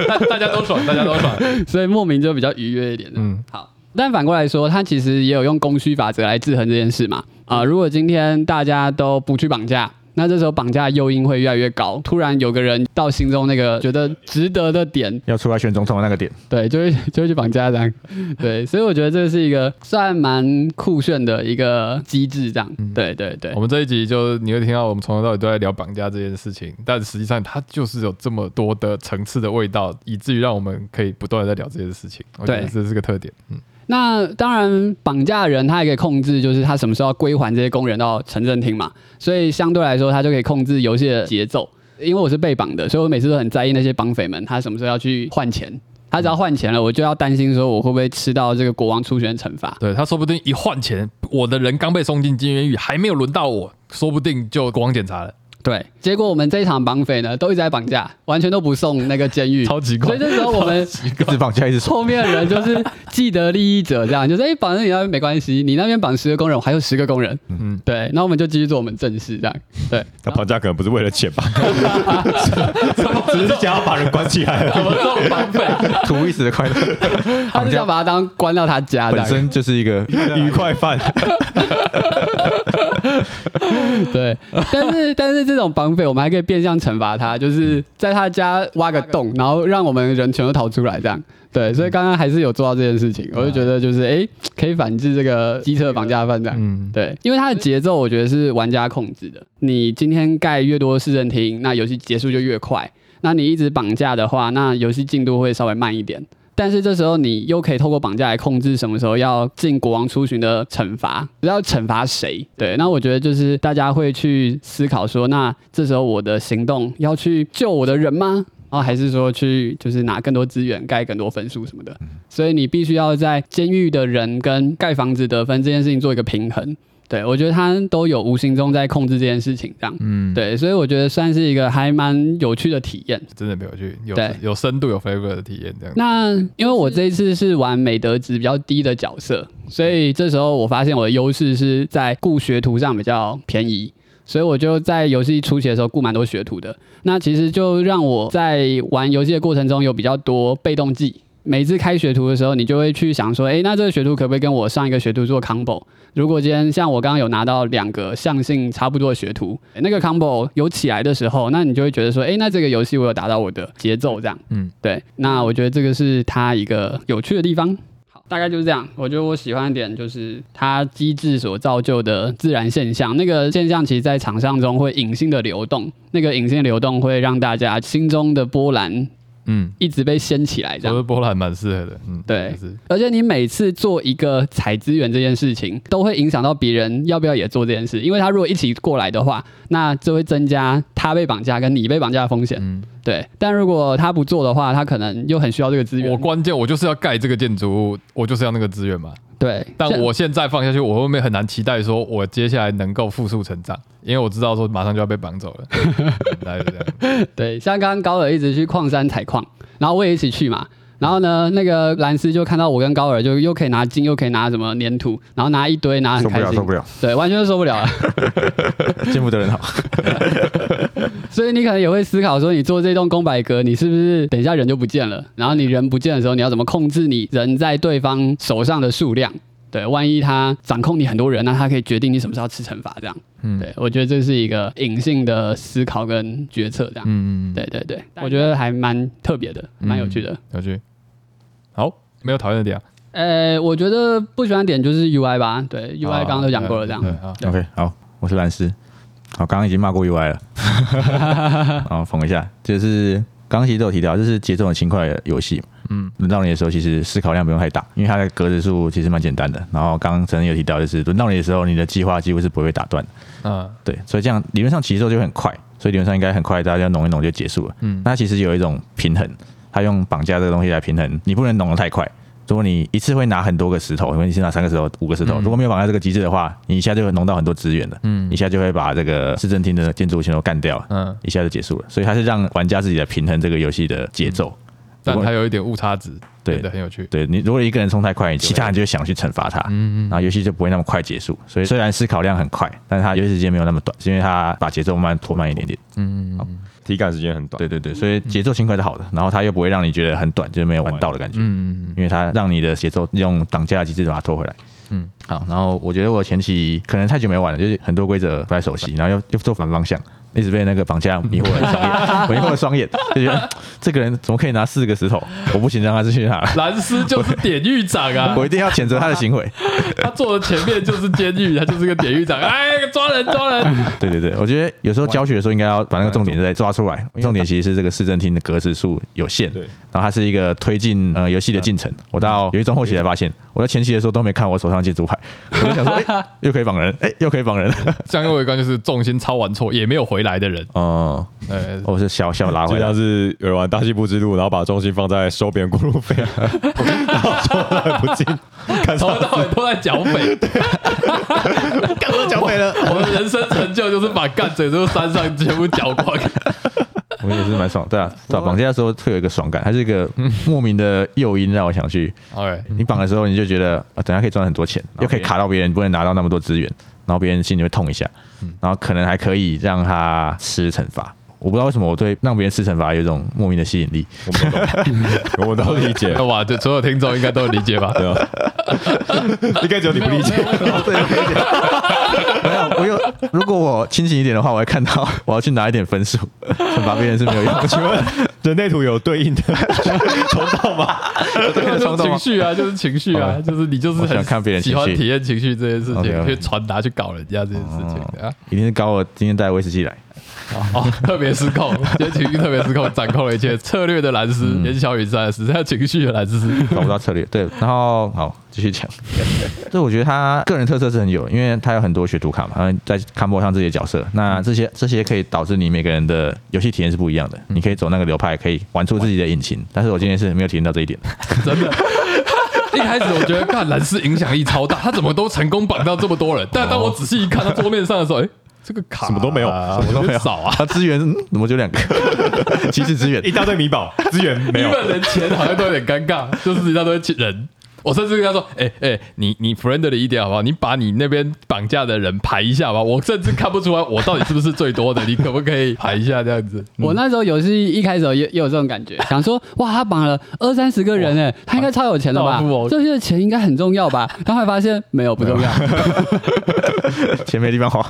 大大家都爽，大家都爽， 所以莫名就比较愉悦一点。嗯，好，但反过来说，他其实也有用供需法则来制衡这件事嘛。啊、如果今天大家都不去绑架，那这时候绑架的诱因会越来越高。突然有个人到心中那个觉得值得的点，要出来选总统的那个点，对，就会就会去绑架这样，对，所以我觉得这是一个算蛮酷炫的一个机制，这样，对对对我，们这一集就你会听到我们从头到尾都在聊绑架这件事情，但实际上它就是有这么多的层次的味道，以至于让我们可以不断的在聊这件事情。我觉得对这是个特点。嗯，那当然，绑架人他也可以控制，就是他什么时候要归还这些工人到城镇厅嘛，所以相对来说，他就可以控制游戏的节奏。因为我是被绑的，所以我每次都很在意那些绑匪们，他什么时候要去换钱。他只要换钱了，我就要担心说我会不会吃到这个国王初选惩罚。对他说不定一换钱，我的人刚被送进监狱，还没有轮到我，说不定就国王检查了，对，结果我们这一场绑匪呢，都一直在绑架，完全都不送那个监 狱。 超级所快以。这时候我们一直绑架一直爽。后面的人就是既得利益者，这样就是哎，绑、在你那边没关系，你那边绑十个工人，我还有十个工人，嗯嗯，对，那我们就继续做我们正事，这样，对，他绑架可能不是为了钱吧， 只是想要把人关起来。我们这种绑匪， 图一时的快乐， 他就想把他当关到他家这本样，身就是一个愉快犯，对，但是但是这种绑匪，我们还可以变相惩罚他，就是在他家挖个洞，然后让我们人全都逃出来，这样。对，所以刚刚还是有做到这件事情，我就觉得就是哎、可以反制这个机车绑架犯这样。嗯，对，因为它的节奏我觉得是玩家控制的。你今天盖越多市政厅，那游戏结束就越快。那你一直绑架的话，那游戏进度会稍微慢一点。但是这时候你又可以透过绑架来控制什么时候要进国王出巡的惩罚，要惩罚谁？对，那我觉得就是大家会去思考说，那这时候我的行动要去救我的人吗？然后还是说去就是拿更多资源盖更多分数什么的？所以你必须要在监狱的人跟盖房子得分这件事情做一个平衡。对，我觉得他都有无形中在控制这件事情，这样。嗯，对，所以我觉得算是一个还蛮有趣的体验。真的没有趣，有对有深度、有 flavor 的体验，这样。那因为我这一次是玩美德值比较低的角色，所以这时候我发现我的优势是在雇学徒上比较便宜，所以我就在游戏初期的时候雇蛮多学徒的。那其实就让我在玩游戏的过程中有比较多被动技。每次开学徒的时候，你就会去想说，诶，那这个学徒可不可以跟我上一个学徒做 combo？如果今天像我刚刚有拿到两个象性差不多的学徒，那个 combo 有起来的时候，那你就会觉得说，诶，那这个游戏我有达到我的节奏这样。对，那我觉得这个是它一个有趣的地方。好，好，大概就是这样。我觉得我喜欢的点就是它机制所造就的自然现象，那个现象其实在场上中会隐性的流动，那个隐性的流动会让大家心中的波澜嗯，一直被掀起来，这样我觉。得波兰蛮适合的，嗯，对就是而且你每次做一个采资源这件事情，都会影响到别人要不要也做这件事，因为他如果一起过来的话，那就会增加他被绑架跟你被绑架的风险。嗯，对，但如果他不做的话，他可能又很需要这个资源。我关键我就是要盖这个建筑物，我就是要那个资源嘛。对，但像我现在放下去，我后面很难期待说我接下来能够复苏成长，因为我知道说马上就要被绑走了。大概是这样， 对，像刚刚高尔一直去矿山采矿，然后我也一起去嘛。然后呢，那个兰斯就看到我跟高尔就又可以拿金，又可以拿什么粘土，然后拿一堆，拿得受很不开了，心受，不了，对，完全就受不了了。见不得人好。所以你可能也会思考说，你做这栋公百格，你是不是等一下人就不见了？然后你人不见的时候，你要怎么控制你人在对方手上的数量？对，万一他掌控你很多人，那他可以决定你什么时候要吃惩罚，这样。嗯，对，我觉得这是一个隐性的思考跟决策，这样。嗯，嗯，嗯对对对，我觉得还蛮特别的，蛮有趣的。有趣。好，没有讨厌的点啊，呃，我觉得不喜欢的点就是 UI 吧，对 UI 刚刚都讲过了，这样。对 啊，对 OK，好，我是蓝斯。好，刚刚已经骂过 UI 了，好捧一下，就是刚刚其实都有提到，就是节奏很轻快的游戏。嗯，轮到你的时候，其实思考量不用太大，因为它的格子数其实蛮简单的。然后刚刚陈有提到，就是轮到你的时候，你的计划几乎是不会打断的。嗯对，所以这样理论上节奏就会很快，所以理论上应该很快大家弄一弄就结束了。嗯那它其实有一种平衡，它用绑架这个东西来平衡，你不能弄得太快。如果你一次会拿很多个石头，因为你先拿三个石头、五个石头，嗯如果没有绑架这个机制的话，你一下就会弄到很多资源了，嗯一下就会把这个市政厅的建筑物全都干掉了，嗯，一下就结束了。所以它是让玩家自己来平衡这个游戏的节奏。但它有一点误差值，对的，很有趣。对你，如果一个人冲太快，其他人就会想去惩罚他，嗯然后游戏就不会那么快结束。所以虽然思考量很快，但是它游戏时间没有那么短，是因为它把节奏慢慢拖慢一点点。嗯嗯体感时间很短。对对对，所以节奏轻快是好的，然后它又不会让你觉得很短，就是没有玩到的感觉，嗯嗯因为它让你的节奏用绑架的机制把它拖回来。嗯，好，然后我觉得我前期可能太久没玩了，就是很多规则不太熟嗯悉，然后又又做反方向，一直被那个绑架迷惑了 双眼，迷惑了双眼，就觉得嗯这个人怎么可以拿四个石头？我不行，让他去哪？蓝斯就是典狱长啊， 我一定要谴责他的行为。他坐的前面就是监狱，他就是个典狱长，哎，抓人抓人，对对对，我觉得有时候教学的时候应该要把那个重点再抓出来。重点其实是这个市政厅的格子数有限，对然后它是一个推进呃游戏的进程。我到有一中后期才发现，我在前期的时候都没看我手上建筑 牌，我就想说，哎、又可以绑人，哎、又可以绑人。江右维刚就是重心超完错，也没有回来的人，哦、啊呃， 我是小小拉就回 来像。是有人玩大西部之路，然后把重心放在收别人过路 费，然后说来不进，看 从到头到尾都在剿匪， 我剿匪了，我们人生成就就是把干嘴都山上全部搅 光。我也是蛮爽，对啊，对啊，绑架的时候会有一个爽感，它是一 个莫名的诱因让我想去 OK，你绑的时候，你就觉得啊，等下可以赚很多钱，又可以卡到别人，你不能拿到那么多资源，然后别人心里会痛一下，然后可能还可以让他吃惩罚。我不知道为什么我对让别人吃惩罚有一种莫名的吸引 力。我们都懂，我们都理 解，那哇，这所有听众应该都理解吧？对啊，应该只有你不理解，哦对，可以讲。 没有，我有。如果我清醒一点的话，我会看到我要去拿一点分数， 惩罚别人是没有 用的。请问 人类图有对应的通道吗？就是情绪啊，就是情绪啊，就是你就是我想很看别人喜情绪欢体验情绪这件事 OK，OK 哦情，去传达去搞人家这件事情啊。一定是高我今天带威士忌来，哦，特别失控，今天情绪特别失控，掌控了一切策略的蓝斯，嗯言小语战，只剩下情绪的蓝斯。 搞不到策略。对，然后好继续讲。 对，我觉得他个人特色是很有，因为他有很多学徒卡嘛，然后在 combo 上自己的角色，那这些这些可以导致你每个人的游戏体验是不一样的。你可以走那个流派，可以玩出自己的引擎，但是我今天是没有体验到这一点的。真的。 一开始我觉得看蓝斯影响力超大，他怎么都成功绑到这么多人？但当我仔细一看到桌面上的时候，哎、这个卡什么都没有什么都没有少啊。 他资源嗯怎么就两个？ 起始资 源一大堆米宝资 源没原有，本连钱好像都有点尴尬，就是一大堆人。我甚至跟他说：“哎、哎、你你 friendly 一点好不好？你把你那边绑架的人排一下吧。我甚至看不出来我到底是不是最多的，你可不可以排一下这样子？”我那时候游戏一开始也也有这种感觉，想说哇，他绑了二三十个人哎，他应该超有钱的吧暴富哦？这些钱应该很重要吧？然后还发现没有不重要，钱没地方花，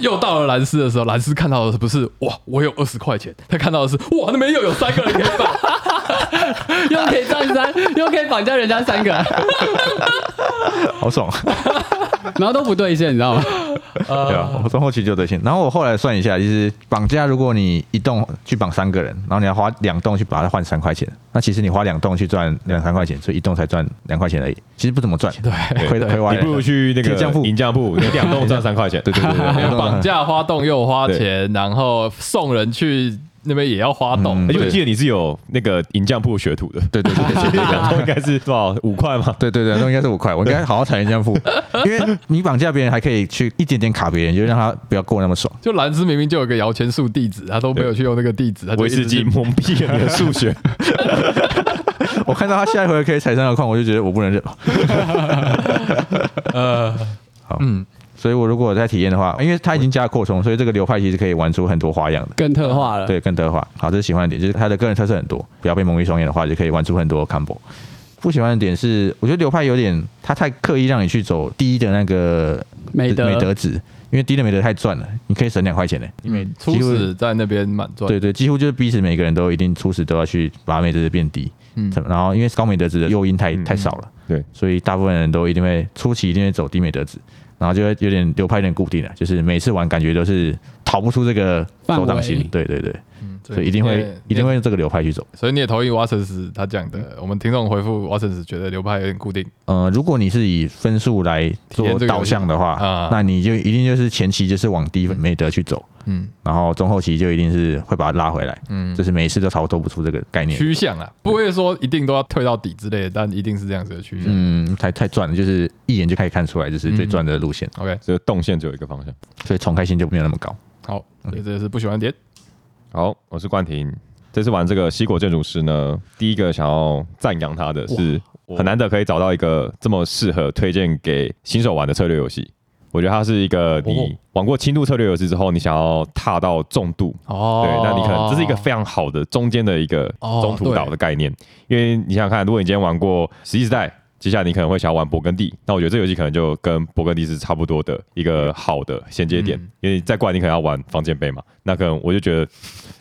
又到了蓝斯的时候，蓝斯看到的是不是哇，我有二十块钱，他看到的是哇，那边又有三个人可以 绑，又可以占三，又可以绑架人家三个，好爽，然后都不兑现，你知道吗？呃对吧、我从后期就兑现，然后我后来算一下，就是绑架，如果你一栋去绑三个人，然后你要花两栋去把它换三块钱，那其实你花两栋去赚两三块钱，所以一栋才赚两块钱而已，其实不怎么赚，对，亏亏歪你了不。如去那个铁匠铺银匠铺，你两栋赚三块钱。对对对对，对绑，架花洞又花钱，然后送人去那边也要花洞 嗯而，且我记得你是有那个银匠铺学徒的，对对对对对 对然后应该是多少五块嘛？对对对，那应该是五块，我应该好好踩人家 付，因为你绑架别人还可以去一点点卡别人，就让他不要过那么爽。就兰芝明明就有个摇钱树地址，他都没有去用那个地址，他就威一直士忌去蒙蔽了你的数 学，我看到他下一回可以踩三个矿，我就觉得我不能忍了。呃，所以我如果在体验的话，因为他已经加了扩充，所以这个流派其实可以玩出很多花样的。更特化了，对，更德化。好，这是喜欢的点，就是他的个人特色很多，不要被蒙蔽双眼的话，就可以玩出很多 combo。不喜欢的点是，我觉得流派有点他太刻意让你去走低的那个美德美德值，因为低的美德太赚了，你可以省两块钱呢。因为初始在那边满赚，对对，几乎就是逼使每个人都一定初始都要去把美德值变低。嗯然后因为高美德值的诱因太太少了，对，所以大部分人都一定会初期一定会走低美德值，然后就会有点流派有点固定了，啊就是每次玩感觉都是逃不出这个范手掌围心。对对对，嗯所以一定会一定。你也会用这个流派去走。所以你也同意瓦森斯他讲的，我们听众回复瓦森斯觉得流派有点固定，呃，如果你是以分数来验做这个导向的话，游戏啊那你就一定就是前期就是往低美德去走，嗯然后中后期就一定是会把它拉回来，嗯就，是每一次都逃脱不出这个概念。趋向啊，不会说一定都要退到底之类的，但一定是这样子的趋向。嗯，太太赚了，就是一眼就可以看出来，就是最赚的路线， OK，这个动线只有一个方向。所以重开心就没有那么高。好，所以这是不喜欢的点。好，我是冠廷。这次玩这个西果建筑师呢，第一个想要赞扬他的是，很难得可以找到一个这么适合推荐给新手玩的策略游戏。我觉得它是一个你玩过轻度策略游戏之后，你想要踏到重度，哦对，那你可能这是一个非常好的中间的一个哦中途岛对的概念，因为你想想看，如果你今天玩过《十一时代》，接下来你可能会想要玩勃艮第，那我觉得这游戏可能就跟勃艮第是差不多的一个好的衔接点，嗯因为再过来你可能要玩房间杯嘛，那可能我就觉 得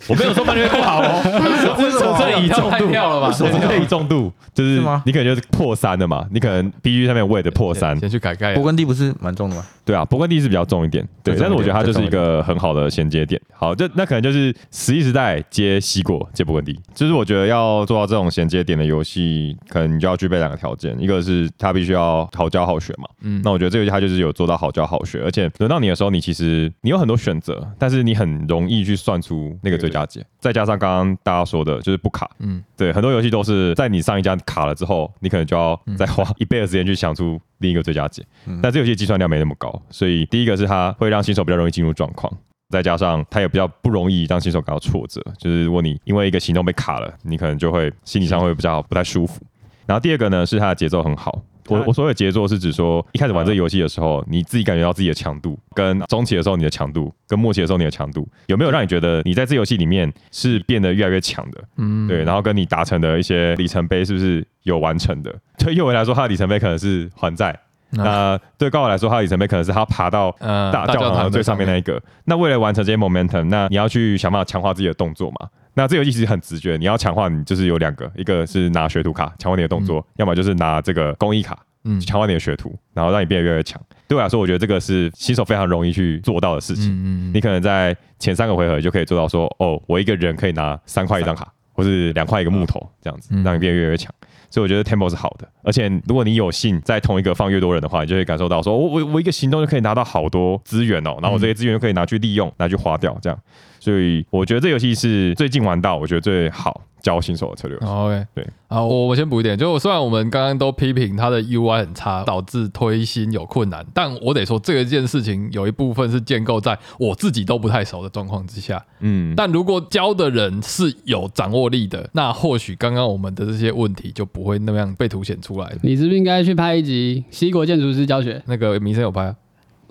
我没有说半边不好哦，我只是说这里重太度。跳了吧？ 我这里重度就是是吗 你可能就是破三的嘛，你可能 B G 上面位的破 三，先去改盖勃。艮第不是蛮重的吗？对啊，勃艮第是比较重一点，对，再重但一点是我觉得它就是一个很好的衔接点。好，这那可能就是十一时代接西果接勃艮第，就是我觉得要做到这种衔接点的游戏，可能你就要具备两个条件，一个是它必须要好教好学嘛，嗯那我觉得这个游戏它就是有做到好教好学，而且轮到你的时候，你其实你有很多选择，但是你很容易去算出那个最佳解，再加上刚刚大家说的就是不卡，嗯，对，很多游戏都是在你上一家卡了之后，你可能就要嗯再花一倍的时间去想出另一个最佳解。但这游戏计算量没那么高，所以第一个是它会让新手比较容易进入状况，再加上它也比较不容易让新手感到挫折。就是如果你因为一个行动被卡了，你可能就会心理上会比较不太舒服。然后第二个呢是它的节奏很好。我我所谓的节奏是指说，一开始玩这个游戏的时候，你自己感觉到自己的强度，跟中期的时候你的强度，跟末期的时候你的强度，有没有让你觉得你在这游戏里面是变得越来越强的？嗯对，然后跟你达成的一些里程碑是不是有完成的？对右维来说，他的里程碑可能是还债；那对高伟来说，他的里程碑可能是他爬到呃大教堂的最上面那一个。那为了完成这些 momentum，那你要去想办法强化自己的动作嘛。那这游戏其实很直觉，你要强化，你就是有两个，一个是拿学徒卡强化你的动作，要么就是拿这个工艺卡嗯强化你的学徒，然后让你变得越来越强。对我来说，我觉得这个是新手非常容易去做到的事情。嗯你可能在前三个回合就可以做到说，哦，我一个人可以拿三块一张卡，或是两块一个木头这样子嗯，让你变得越来越强。所以我觉得 tempo 是好的，而且如果你有幸在同一个放越多人的话，你就会感受到说，哦我我我一个行动就可以拿到好多资源哦，然后我这些资源就可以拿去利用，拿去花掉这样。所以我觉得这游戏是最近玩到我觉得最好教新手的策略游戏。 OK，对，啊，我我先补一点，就虽然我们刚刚都批评它的 UI 很差，导致推新有困难，但我得说这件事情有一部分是建构在我自己都不太熟的状况之下。嗯，但如果教的人是有掌握力的，那或许刚刚我们的这些问题就不会那样被凸显出来。你是不是应该去拍一集西国建筑师教学？那个民生有拍、啊，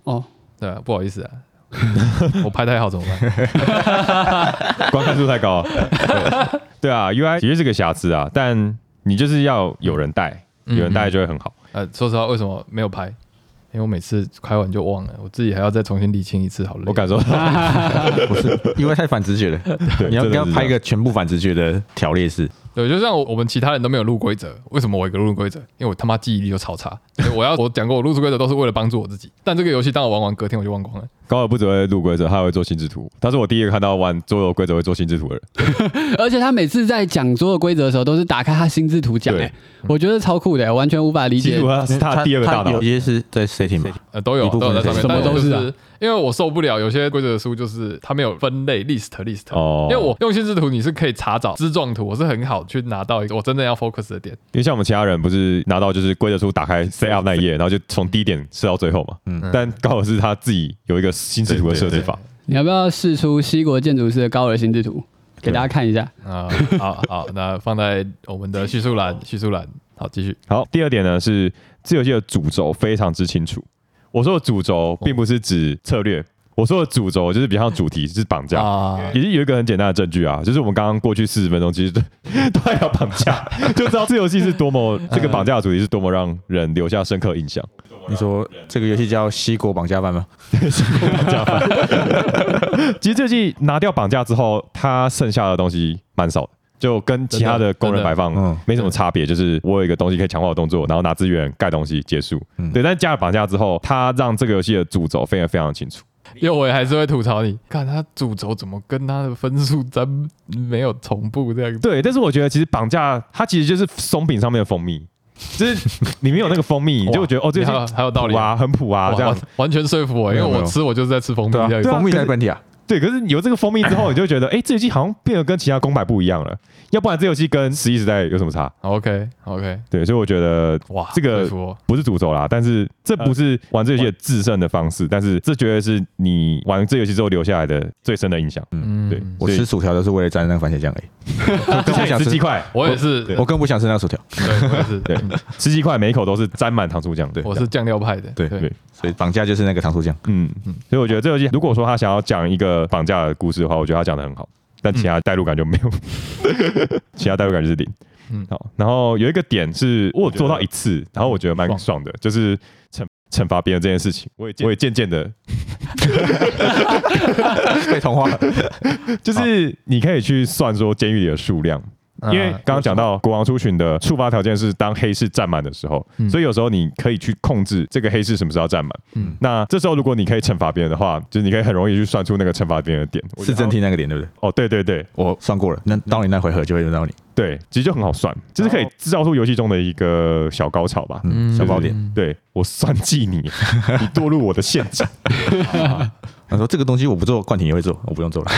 哦，对啊，不好意思啊， 我拍太好怎么 办？观看数太高了。对 啊，UI 其实是个瑕疵啊，但你就是要有人带，有人带就会很好。呃，说实话，为什么没有拍？因为我每次开完就忘了，我自己还要再重新理清一次，好累。我感受到，不是，因为太反直觉了。你要真 的跟他是拍这样一个全部反直觉的条列式，对，就像我我们其他人都没有录规则，为什么我一个人录规则？因为我他妈记忆力就超差。所以我要我讲过，我录出规则都是为了帮助我自己。但这个游戏当我玩完，隔天我就忘光了。高尔不只会录规则，他还会做心智图。他是我第一个看到玩桌游规则会做心智图的人。而且他每次在讲桌游规则的时候，都是打开他心智图讲、对欸，我觉得超酷的、欸，完全无法理心智解图。他是他的第二个大脑他有。些是在 setting 嘛，呃，都有一部都分有在上是什面，么但都就是啊因为我受不了有些规则的书，就是它没有分类 list list，、哦因为我用心智图你是可以查找枝状图，我是很好去拿到一个我真正要 focus 的点。因为像我们其他人不是拿到就是规则书打开 set up 那一页，然后就从第一点设到最后嘛。嗯。但高尔是他自己有一个心智图的设置法。你要不要试出西国建筑师的高尔心智图给大家看一下？啊、好好，那放在我们的叙述栏，叙述栏，好，继续。好，第二点呢是这游戏的主轴非常之清楚。我说的主轴并不是指策略，我说的主轴就是比方主题是绑架。啊，也是有一个很简单的证据啊，就是我们刚刚过去四十分钟，其实都都在聊绑架，就知道这游戏是多么嗯这个绑架的主题是多么让人留下深刻印象。你说这个游戏叫西国绑架犯吗？其实这游戏拿掉绑架之后，它剩下的东西蛮少的，就跟其他的工人摆真的嗯放没什么差别。就是我有一个东西可以强化的动作，然后拿资源盖东西结束。嗯对，但加了绑架之后，它让这个游戏的主轴非常非常清楚。因为我还是会吐槽你，看他主轴怎么跟他的分数咱没有重布这样子。对，但是我觉得其实绑架它其实就是松饼上面的蜂蜜，就是里面有那个蜂蜜，你就会觉得哦，这你个还有还有道理啊，很普啊，哇这样完完全说服我，因为没有没我有吃我就是在吃蜂蜜对啊这样，子。啊蜂蜜可在是本体啊，对，可是有这个蜂蜜之后，你就会觉得，哎、这游戏好像变得跟其他公版不一样了。要不然这游戏跟十一时代有什么差？ OK OK，对，所以我觉得哇，这个说服我不是主轴啦，但是这不是玩这游戏的制胜的方式，但是这绝对是你玩这游戏之后留下来的最深的印象。嗯对，我吃薯条都是为了沾那个番茄酱而已，就更不像想你吃鸡 吃，块，我也是，对我更不想吃那个薯条，我也 是，对嗯吃鸡块每一口都是沾满糖醋酱。对我是酱料派的，对对对所以绑架就是那个糖醋酱。嗯，所以我觉得这游戏如果说他想要讲一个绑架的故事的话，我觉得他讲的很好，但其他代入感就没有，其他代入感就是零。嗯嗯，好，然后有一个点是我有做到一次，然后我觉得蛮爽爽的，就是惩惩罚别人这件事情，我也渐我也渐渐的， 被同化了，就是你可以去算说监狱里的数量，啊因为刚刚讲到国王出巡的触发条件是当黑市占满的时候，嗯所以有时候你可以去控制这个黑市什么时候要占满。嗯那这时候如果你可以惩罚别人的话，就是你可以很容易去算出那个惩罚别人的点。我觉是得正题那个点对不对？哦，对对对我算过了，那到你那回合就会轮到你，对，其实就很好算，就是可以制造出游戏中的一个小高潮吧。嗯，小宝典。对我算计你，你堕入我的陷阱。他说这个东西我不做，冠廷也会做，我不用做了。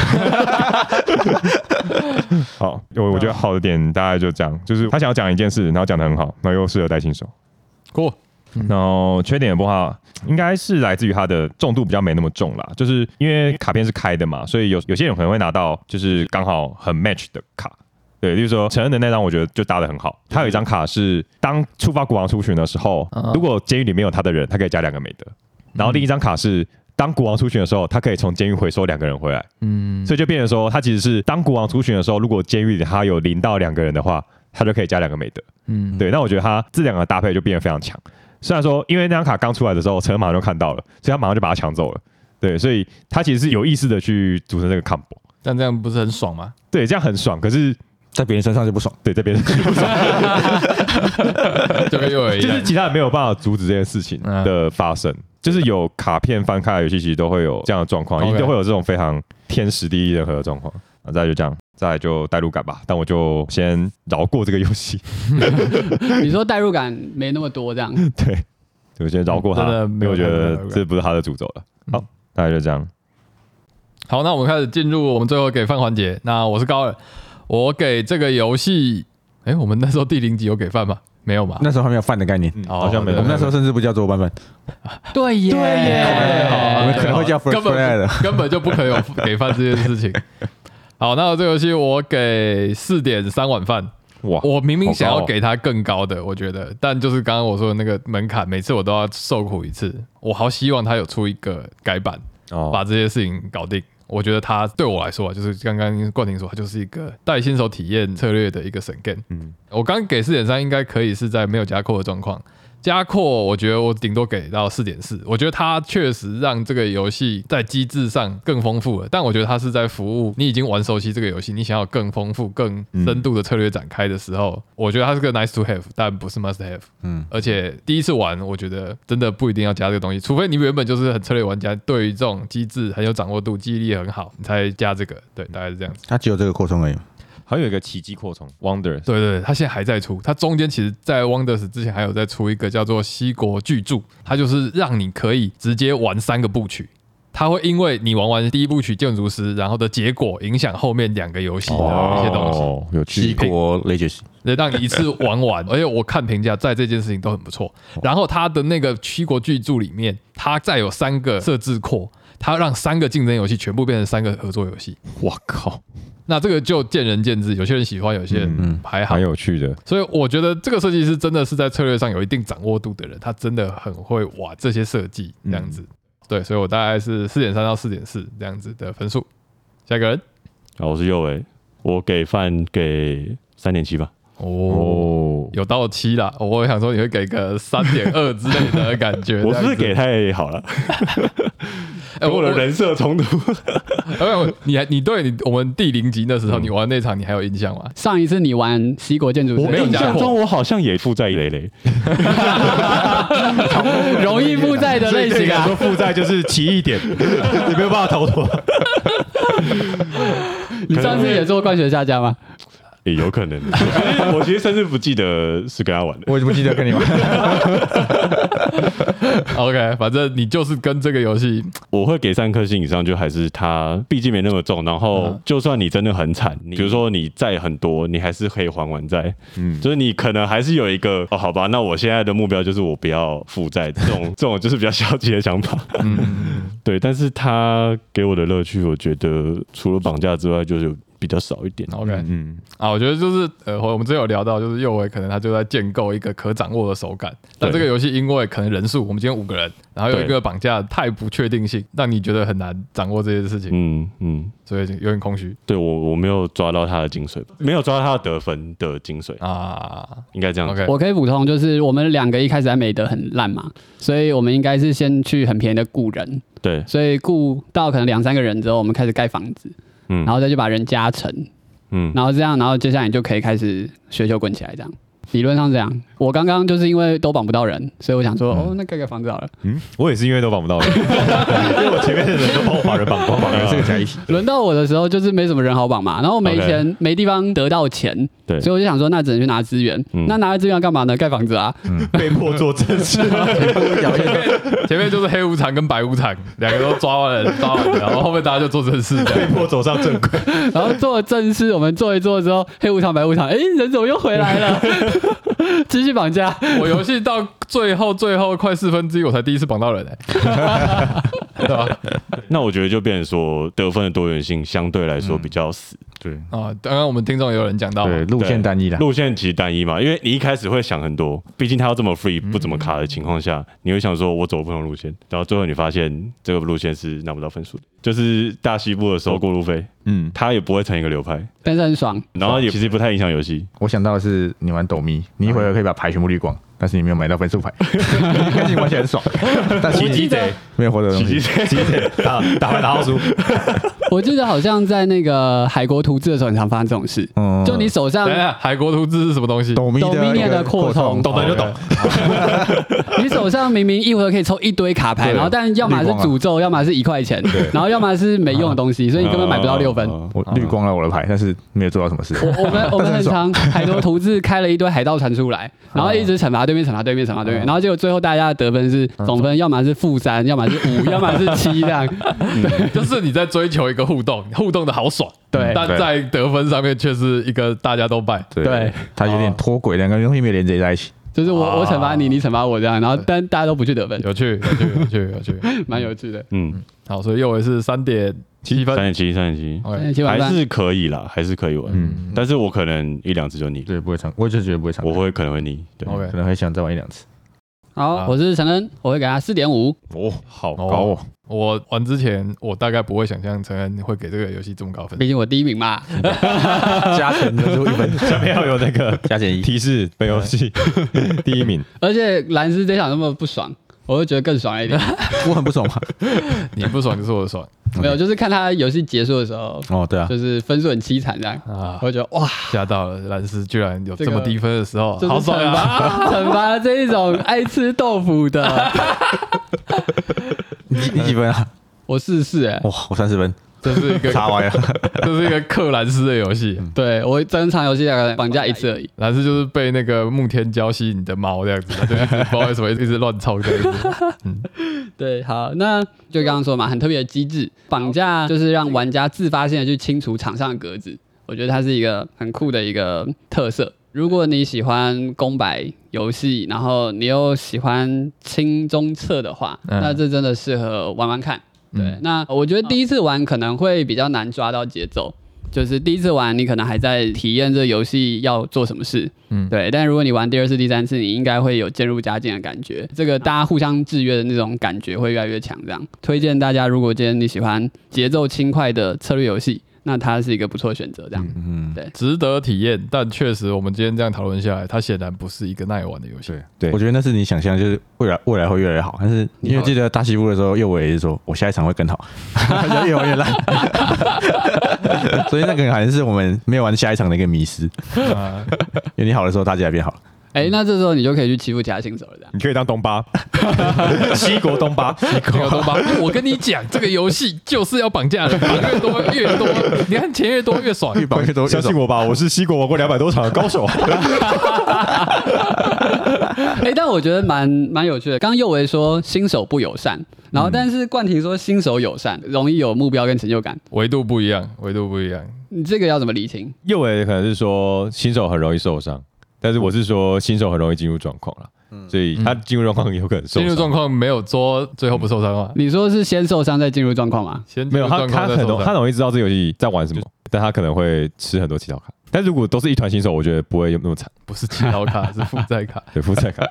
好，我我觉得好的点大概就这样，就是他想要讲一件事，然后讲的很好，然后又适合带新手。过然后缺点的话，应该是来自于它的重度比较没那么重啦，就是因为卡片是开的嘛，所以有有些人可能会拿到就是刚好很 match 的卡。对，例如说陈恩的那张，我觉得就搭的很好。他有一张卡是当触发国王出巡的时候嗯，如果监狱里面有他的人，他可以加两个美德。然后另一张卡是当国王出巡的时候，他可以从监狱回收两个人回来。嗯所以就变成说，他其实是当国王出巡的时候，如果监狱里他有零到两个人的话，他就可以加两个美德。嗯，对，那我觉得他这两个搭配就变得非常强。虽然说，因为那张卡刚出来的时候，陈恩马上就看到了，所以他马上就把它抢走了。对，所以他其实是有意识的去组成这个 combo。但这样不是很爽 吗？对，这样很爽。可是在别人身上就不爽，对这边 就跟幼儿一就是样，其他人没有办法阻止这件事情嗯的发生。就是有卡片翻开的游戏，其实都会有这样的状况， OK 一定会有这种非常天时地利人和的状况。啊，再来就这样，再来就代入感吧。但我就先饶过这个游戏， 你说代入感没那么多，这样对，我先饶过他，嗯真的因没为有我觉得看到代入感嗯这不是他的主轴了。好，大概就这样。好，那我们开始进入我们最后给饭环节。那我是高尔，我给这个游戏，哎，我们那时候第零集有给饭吗？没有吧？那时候还没有饭的概念，嗯哦好像没对有我们。那时候甚至不叫做拌饭，对耶，对耶哎我们可能会叫 first 哦根本 play 的。 根本就不可能有给饭这件事 情。好，那这个游戏我给四点三碗饭。哇我明明想好要高哦给他更高的，我觉得，但就是刚刚我说的那个门槛，每次我都要受苦一次。我好希望他有出一个改版，哦把这些事情搞定。我觉得他对我来说啊，就是刚刚冠廷说，他就是一个带新手体验策略的一个神 game。嗯我刚给四点三，应该可以是在没有加扣的状况。加扩，我觉得我顶多给到四点四，我觉得它确实让这个游戏在机制上更丰富了，但我觉得它是在服务你已经玩熟悉这个游戏，你想要更丰富、更嗯深度的策略展开的时候，我觉得它是个 nice to have，但不是 must have。嗯，而且第一次玩，我觉得真的不一定要加这个东西，除非你原本就是很策略玩家，对于这种机制很有掌握度，记忆力很好，你才加这个。对，大概是这样子。它只有这个扩充而已。还有一个奇迹扩充 Wonder，对对，对它现在还在出，它中间其实，在 Wonders 之前还有在出一个叫做《西国巨著》，它就是让你可以直接玩三个部曲，它会因为你玩完第一部曲《建筑师》，然后的结果影响后面两个游戏的一些东西，哦，有西趣，国 Legends 对，让你一次玩完。而且我看评价，在这件事情都很不错。然后它的那个《七国巨著》里面，它再有三个设置扩，它让三个竞争游戏全部变成三个合作游戏。我靠，那这个就见仁见智，有些人喜欢，有些人还好蛮。有趣的。所以我觉得这个设计师真的是在策略上有一定掌握度的人，他真的很会玩这些设计这样子。对，所以我大概是四点三到四点四这样子的分数。下一个人好，我是右维，我给饭给三点七吧。哦，哦，有到七啦，我想说你会给个三点二之类的感觉。 我是不是这给样子太好了，哎跟我的人设冲突。我我你还你对你我们第零集那嗯时候你玩那场你还有印象吗？ 上一次你玩西国建筑师，我没有印加象过中我好像也负债累累，容易负债的类型啊。负债就是奇异 点，你没有办法逃脱。你上次也做灌学下家吗？也有可能。我其实我其实甚至不记得是跟他玩的。我也不记得跟 你玩。 OK，反正你就是跟这个游戏我会给三颗星以上，就还是它毕竟没那么重。然后，就算嗯你真的很惨，比如说你债很多，你还是可以还完债。嗯，就是你可能还是有一个哦，好吧，那我现在的目标就是我不要负债，这 种这种就是比较消极的想法。嗯 对。但是它给我的乐趣，我觉得除了绑架之外，就是比较少一点。 OK，嗯，啊，我觉得就是呃，我们之前有聊到，就是右维可能他就在建构一个可掌握的手感，但这个对游戏因为可能人数，我们今天五个人，然后有一对个绑架太不确定性，让你觉得很难掌握这件事情，嗯嗯，所以有点空虚对我我没有抓到它的精髓，没有抓到它的得分的精髓，啊。应该这样讲。 OK，我可以补充，就是我们两个一开始还美得很烂嘛，所以我们应该是先去很便宜的雇人，对，所以雇到可能两三个人之后，我们开始盖房子，嗯然后再去把人加成，嗯然后这样，然后接下来你就可以开始学球滚起来这样。理论上是这样，我刚刚就是因为都绑不到人，所以我想说，哦，那盖个房子好了。嗯，我也是因为都绑不 到人，因为我前面的人都帮我把人绑光了，这个才一起。轮到我的时候，就是没什么人好绑嘛，然后没 OK 钱没地方得到钱，对所以我就想说，那只能去拿资源。嗯那拿了资源要干嘛呢？盖房子啊。 被迫做正事。前面就是黑无常跟白无常两个都抓完了，抓完了，然后后面大家就做正事这样。被迫走上正轨。然后做了正事，我们做一做之后，黑无常白无常，哎，人怎么又回来了？ 继续绑架。我游戏到最后最后快四分之一，我才第一次绑到人哎、 对吧？那我觉得就变成说得分的多元性相对来说比较死，对啊，刚刚我们听众也有人讲哦到嘛，对，路线单一啦。路线其实单一嘛，因为你一开始会想很多，毕竟它要这么 free 不怎么卡的情况下，你会想说我走不同路线，然后最后你发现这个路线是拿不到分数的，就是大西部的时候过路费，嗯，它也不会成一个流派，但是很爽，然后也其实不太影响游戏，我想到的是你玩斗咪，你一回合可以把牌全部滤光，但是你没有买到 分数牌，但是你玩起来很爽，但是你贼，没有获得东西奇迹。奇迹贼，打打败打到输。我记得好像在那个海国图志的时候，很常发生这种事。嗯就你手上等一下，海国图志是什么东西？斗咪斗咪念一个的扩充懂的就懂。你手上明明一回合可以抽一堆卡牌，对然后但要么是绿光啊诅咒，要么是一块钱，然后要么是没用的东西，所以你根本买不到六分。哦我滤光了我的牌，但是没有做到什么事。 我我们我们很常海螺图志开了一堆海盗船出来，然后一直惩罚对面，惩罚对面，惩罚对面，然后结果最后大家的得分是总分，要么是负三，要么是五，要么是七这样。 就是你在追求一个互动，互动的好爽，哎对但在得分上面却是一个大家都败。对，它哦有点脱轨，两个东西没有连接在一起。就是我我惩罚你，你惩罚我这样，然后但大家都不去得分，有趣，有趣，有趣，有 趣。蛮有趣的。嗯，好，所以右维是三点七三分。点七，三点七。那 OK，今晚还饭是可以啦，还是可以玩，但是我可能一两次就腻了，对，不会长，我就觉得不会长，我会可能会腻，对， OK 可能会想再玩一两次。好，好我是陈恩，我会给他四点五。哦，好哦高哦，我玩之前，我大概不会想象陈恩会给这个游戏这么高分毕。竟我第一名嘛。 加权得出一分，下面要有那个哦 加减 一。提示本游戏 第一名，而且蓝斯这场那么不爽，我会觉得更爽一点。我很不爽嘛。你不爽就是我的爽没有，就是看他游戏结束的时候，哦，对啊，就是分数很凄惨这样，啊！我会觉得哇，吓到了，蓝斯居然有这么这个低分的时候，这是好爽惩啊！ 罚惩罚了这一种爱吃豆腐的。你你几分啊？我试试哎， 哇，我三十分，这是一个， 差歪了。这是一个克兰斯的游戏。嗯对我整场游戏大概绑架一次而已。蓝斯就是被那个木天娇吸引的猫这样子，对，不知道为什么一直乱操这样子。 对，好，那就刚刚说嘛，很特别的机制，绑架就是让玩家自发性的去清除场上的格子，我觉得它是一个很酷的一个特色。如果你喜欢公白游戏，然后你又喜欢轻中策的话，嗯那这真的适合玩玩看。对，嗯那我觉得第一次玩可能会比较难抓到节奏，就是第一次玩你可能还在体验这游戏要做什么事，嗯对，但如果你玩第二次、第三次，你应该会有渐入佳境的感觉。这个大家互相制约的那种感觉会越来越强。这样，推荐大家，如果今天你喜欢节奏轻快的策略游戏，那它是一个不错的选择。这样，嗯，值得体验，但确实我们今天这样讨论下来，它显然不是一个耐玩的游戏。对对我觉得那是你想象，就是未来未来会越来越好。但是因为记得大西部的时候，右伟也是说我下一场会 更好，就越玩 越烂。所以那个好像是我们没有玩下一场的一个迷失，啊，因为你好的时候，大家也变好了。哎、那这时候你就可以去欺负其他新手了。这样，你可以当东 巴，西国东巴，西没有东巴，我跟你讲，这个游戏就是要绑架人，绑越多越多，你看钱越多越爽。越绑越多，越相信少我吧，我是西国玩过两百多场的高手。哎、但我觉得蛮蛮有趣的。刚刚右维说新手不友善，然后但是冠廷说新手友善，容易有目标跟成就感。维度不一样，维度不一样。你这个要怎么理清？右伟可能是说新手很容易受伤，但是我是说新手很容易进入状况了，所以他进入状况有可能受进入状伤。况没有说最后不受伤啊，你说是先受伤再进入状况吗？先没有他，进入状他况再很容受他伤。容易知道这游戏在玩什么，但他可能会吃很多乞讨卡。但如果都是一团新手，我觉得不会有那么 惨，不是乞讨 卡，是负债卡。对负债卡。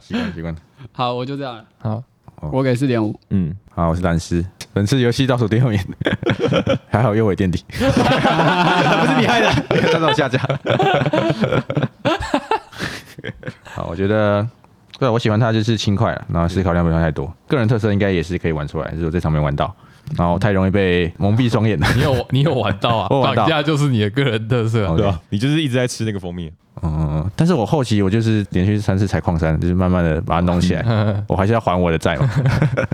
习惯习惯。好，我就这样了，好，我给四点五。 嗯，好，我是蓝斯，本次游戏倒数第六名，还好右伟垫底， 不是你害的，看到我下架。好，我觉得对啊我喜欢它就是轻快啊了，然后思考量不用太多，个人特色应该也是可以玩出来，只是我这场没玩到，然后太容易被蒙蔽双眼了。你有你有玩到啊？我玩到哦绑架就是你的个人特色啊好。 对吧？你就是一直在吃那个蜂蜜，啊嗯，但是我后期我就是连续三次踩矿山，就是慢慢的把它弄起来，我还是要还我的债嘛。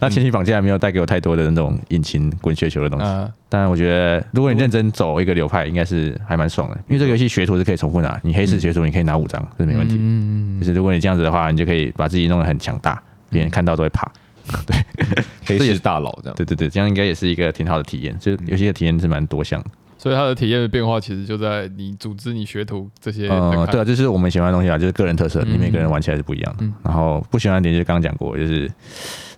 那前期绑架没有带给我太多的那种引擎滚雪球的东西。啊，但我觉得，如果你认真走一个流派，应该是还蛮爽的，因为这个游戏学徒是可以重复拿，你黑市学徒你可以拿五张，这没问题。嗯，就是如果你这样子的话，你就可以把自己弄得很强大，别人看到都会怕。黑市大佬这样。对对对，这样应该也是一个挺好的体验。就是游戏的体验是蛮多项的。所以它的体验的变化其实就在你组织、你学徒这些在呃看。，对啊，就是我们喜欢的东西啊，就是个人特色，你每个人玩起来是不一样的嗯。然后不喜欢的点就是刚刚讲过，就是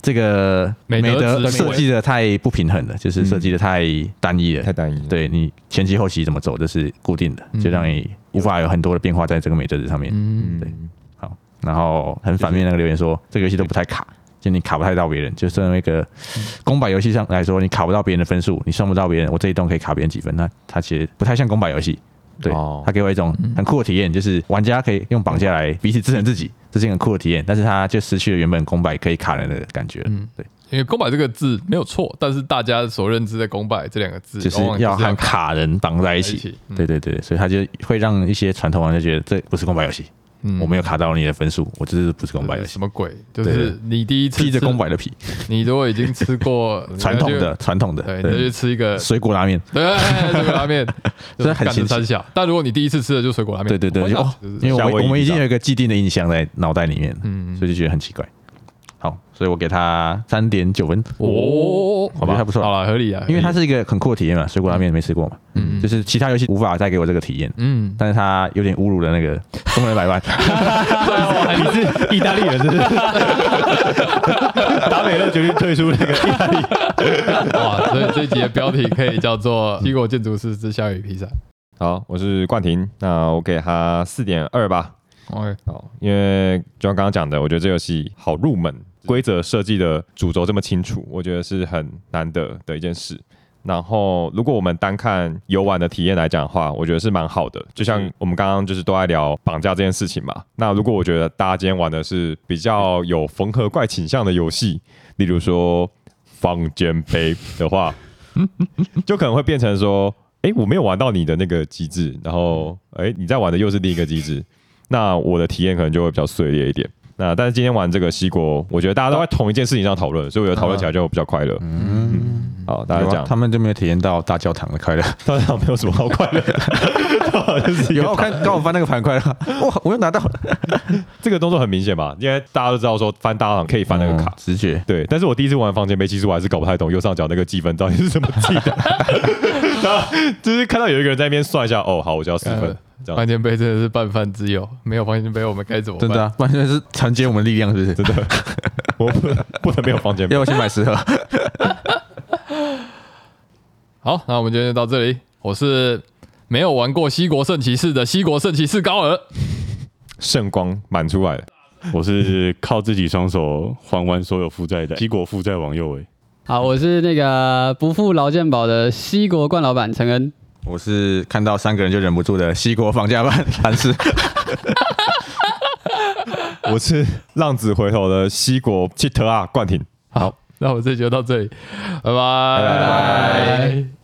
这个美德值德美设计的太不平衡了，就是设计的太单一了太，单一了，对你前期后期怎么走，这是固定的，就让你无法有很多的变化在这个美德值上面。嗯，对，好，然后很反面那个留言说，这个游戏都不太卡，就你卡不太到别人，就身为一个公版游戏上来说，你卡不到别人的分数，你算不到别人，我这一栋可以卡别人几分，那它其实不太像公版游戏。对哦，它给我一种很酷的体验，就是玩家可以用绑架来彼此支撑自己，这是一个很酷的体验，但是它就失去了原本公版可以卡人的感觉了。对，因为“公摆”这个字没有错，但是大家所认知的“公摆”这两个字，就是往往要和卡卡人绑在一在一起起。嗯对对对，所以他就会让一些传统玩家觉得这不是公版游戏，嗯我没有卡到你的分数，我这是不是公版游戏什？么鬼？就对是对你第一次披着吃公版的皮，你如果已经吃过 传统的，传统的，对，你就去吃一个水果拉面，对这个拉 面，真的很就是新干三奇小。但如果你第一次吃的就水果拉面，对对对，我就想哦就是，因为我夏威夷们我们已经比较有一个既定的印象在脑袋里面，嗯所以就觉得很奇怪。好，所以我给他三点九分，哦，我觉得还不错好了，合理啊，因为它合理是一个很酷的体验嘛，水果拉面没吃过嘛，嗯，就是其他游戏无法带给我这个体验， 嗯，但是它有点侮辱了那个中人百 万，你是意大利人是不是？达美乐决定退出那个哇，所以这一集的标题可以叫做《西 果建筑师之夏雨披萨》。好，我是冠廷，那我给他四点二吧。 OK，好，哦因为就像刚刚讲的，我觉得这游戏好入门，规则设计的主轴这么清楚，我觉得是很难得的一件事。然后，如果我们单看游玩的体验来讲的话，我觉得是蛮好的。就像我们刚刚就是都在聊绑架这件事情嘛。那如果我觉得大家今天玩的是比较有缝合怪倾向的游戏，例如说方尖碑的话， 就可能会变成说，诶，我没有玩到你的那个机制，然后诶，你在玩的又是另一个机制，那我的体验可能就会比较碎裂一点。那但是今天玩这个西国，我觉得大家都在同一件事情上讨论，所以我觉得讨论起来就比较快乐。嗯，好，大家有啊讲，他们就没有体验到大教堂的快乐。大家没有什么好快乐的，就是一有啊，个 我看刚我翻那个盘快乐，哇，我又拿到了，这个动作很明显嘛，因为大家都知道说翻大档可以翻那个卡嗯，直觉。对，但是我第一次玩房间杯，其实我还是搞不太 懂右上角那个计分到底是怎么计 的。然后就是看到有一个人在那边算一下，哦，好，我就要四 分，这样方尖碑真的是泛泛之友，没有方尖碑我们该怎么办？真的、啊，完全是团结我们力量，是不是？真的，我不能不能没有房间杯 要。我先买十盒。好，那我们今天就到这里。我是没有玩过西国圣骑士的西国圣骑士高尔，圣光满出来了，我是靠自己双手还完所有负债的，激国负债王右伟。好，我是那个不负劳健保的西国冠老板陈恩。我是看到三个人就忍不住的西国房价办 韩式，我是浪子回头的西国切特啊冠廷。 好，那我们这集就到这里，拜拜拜拜拜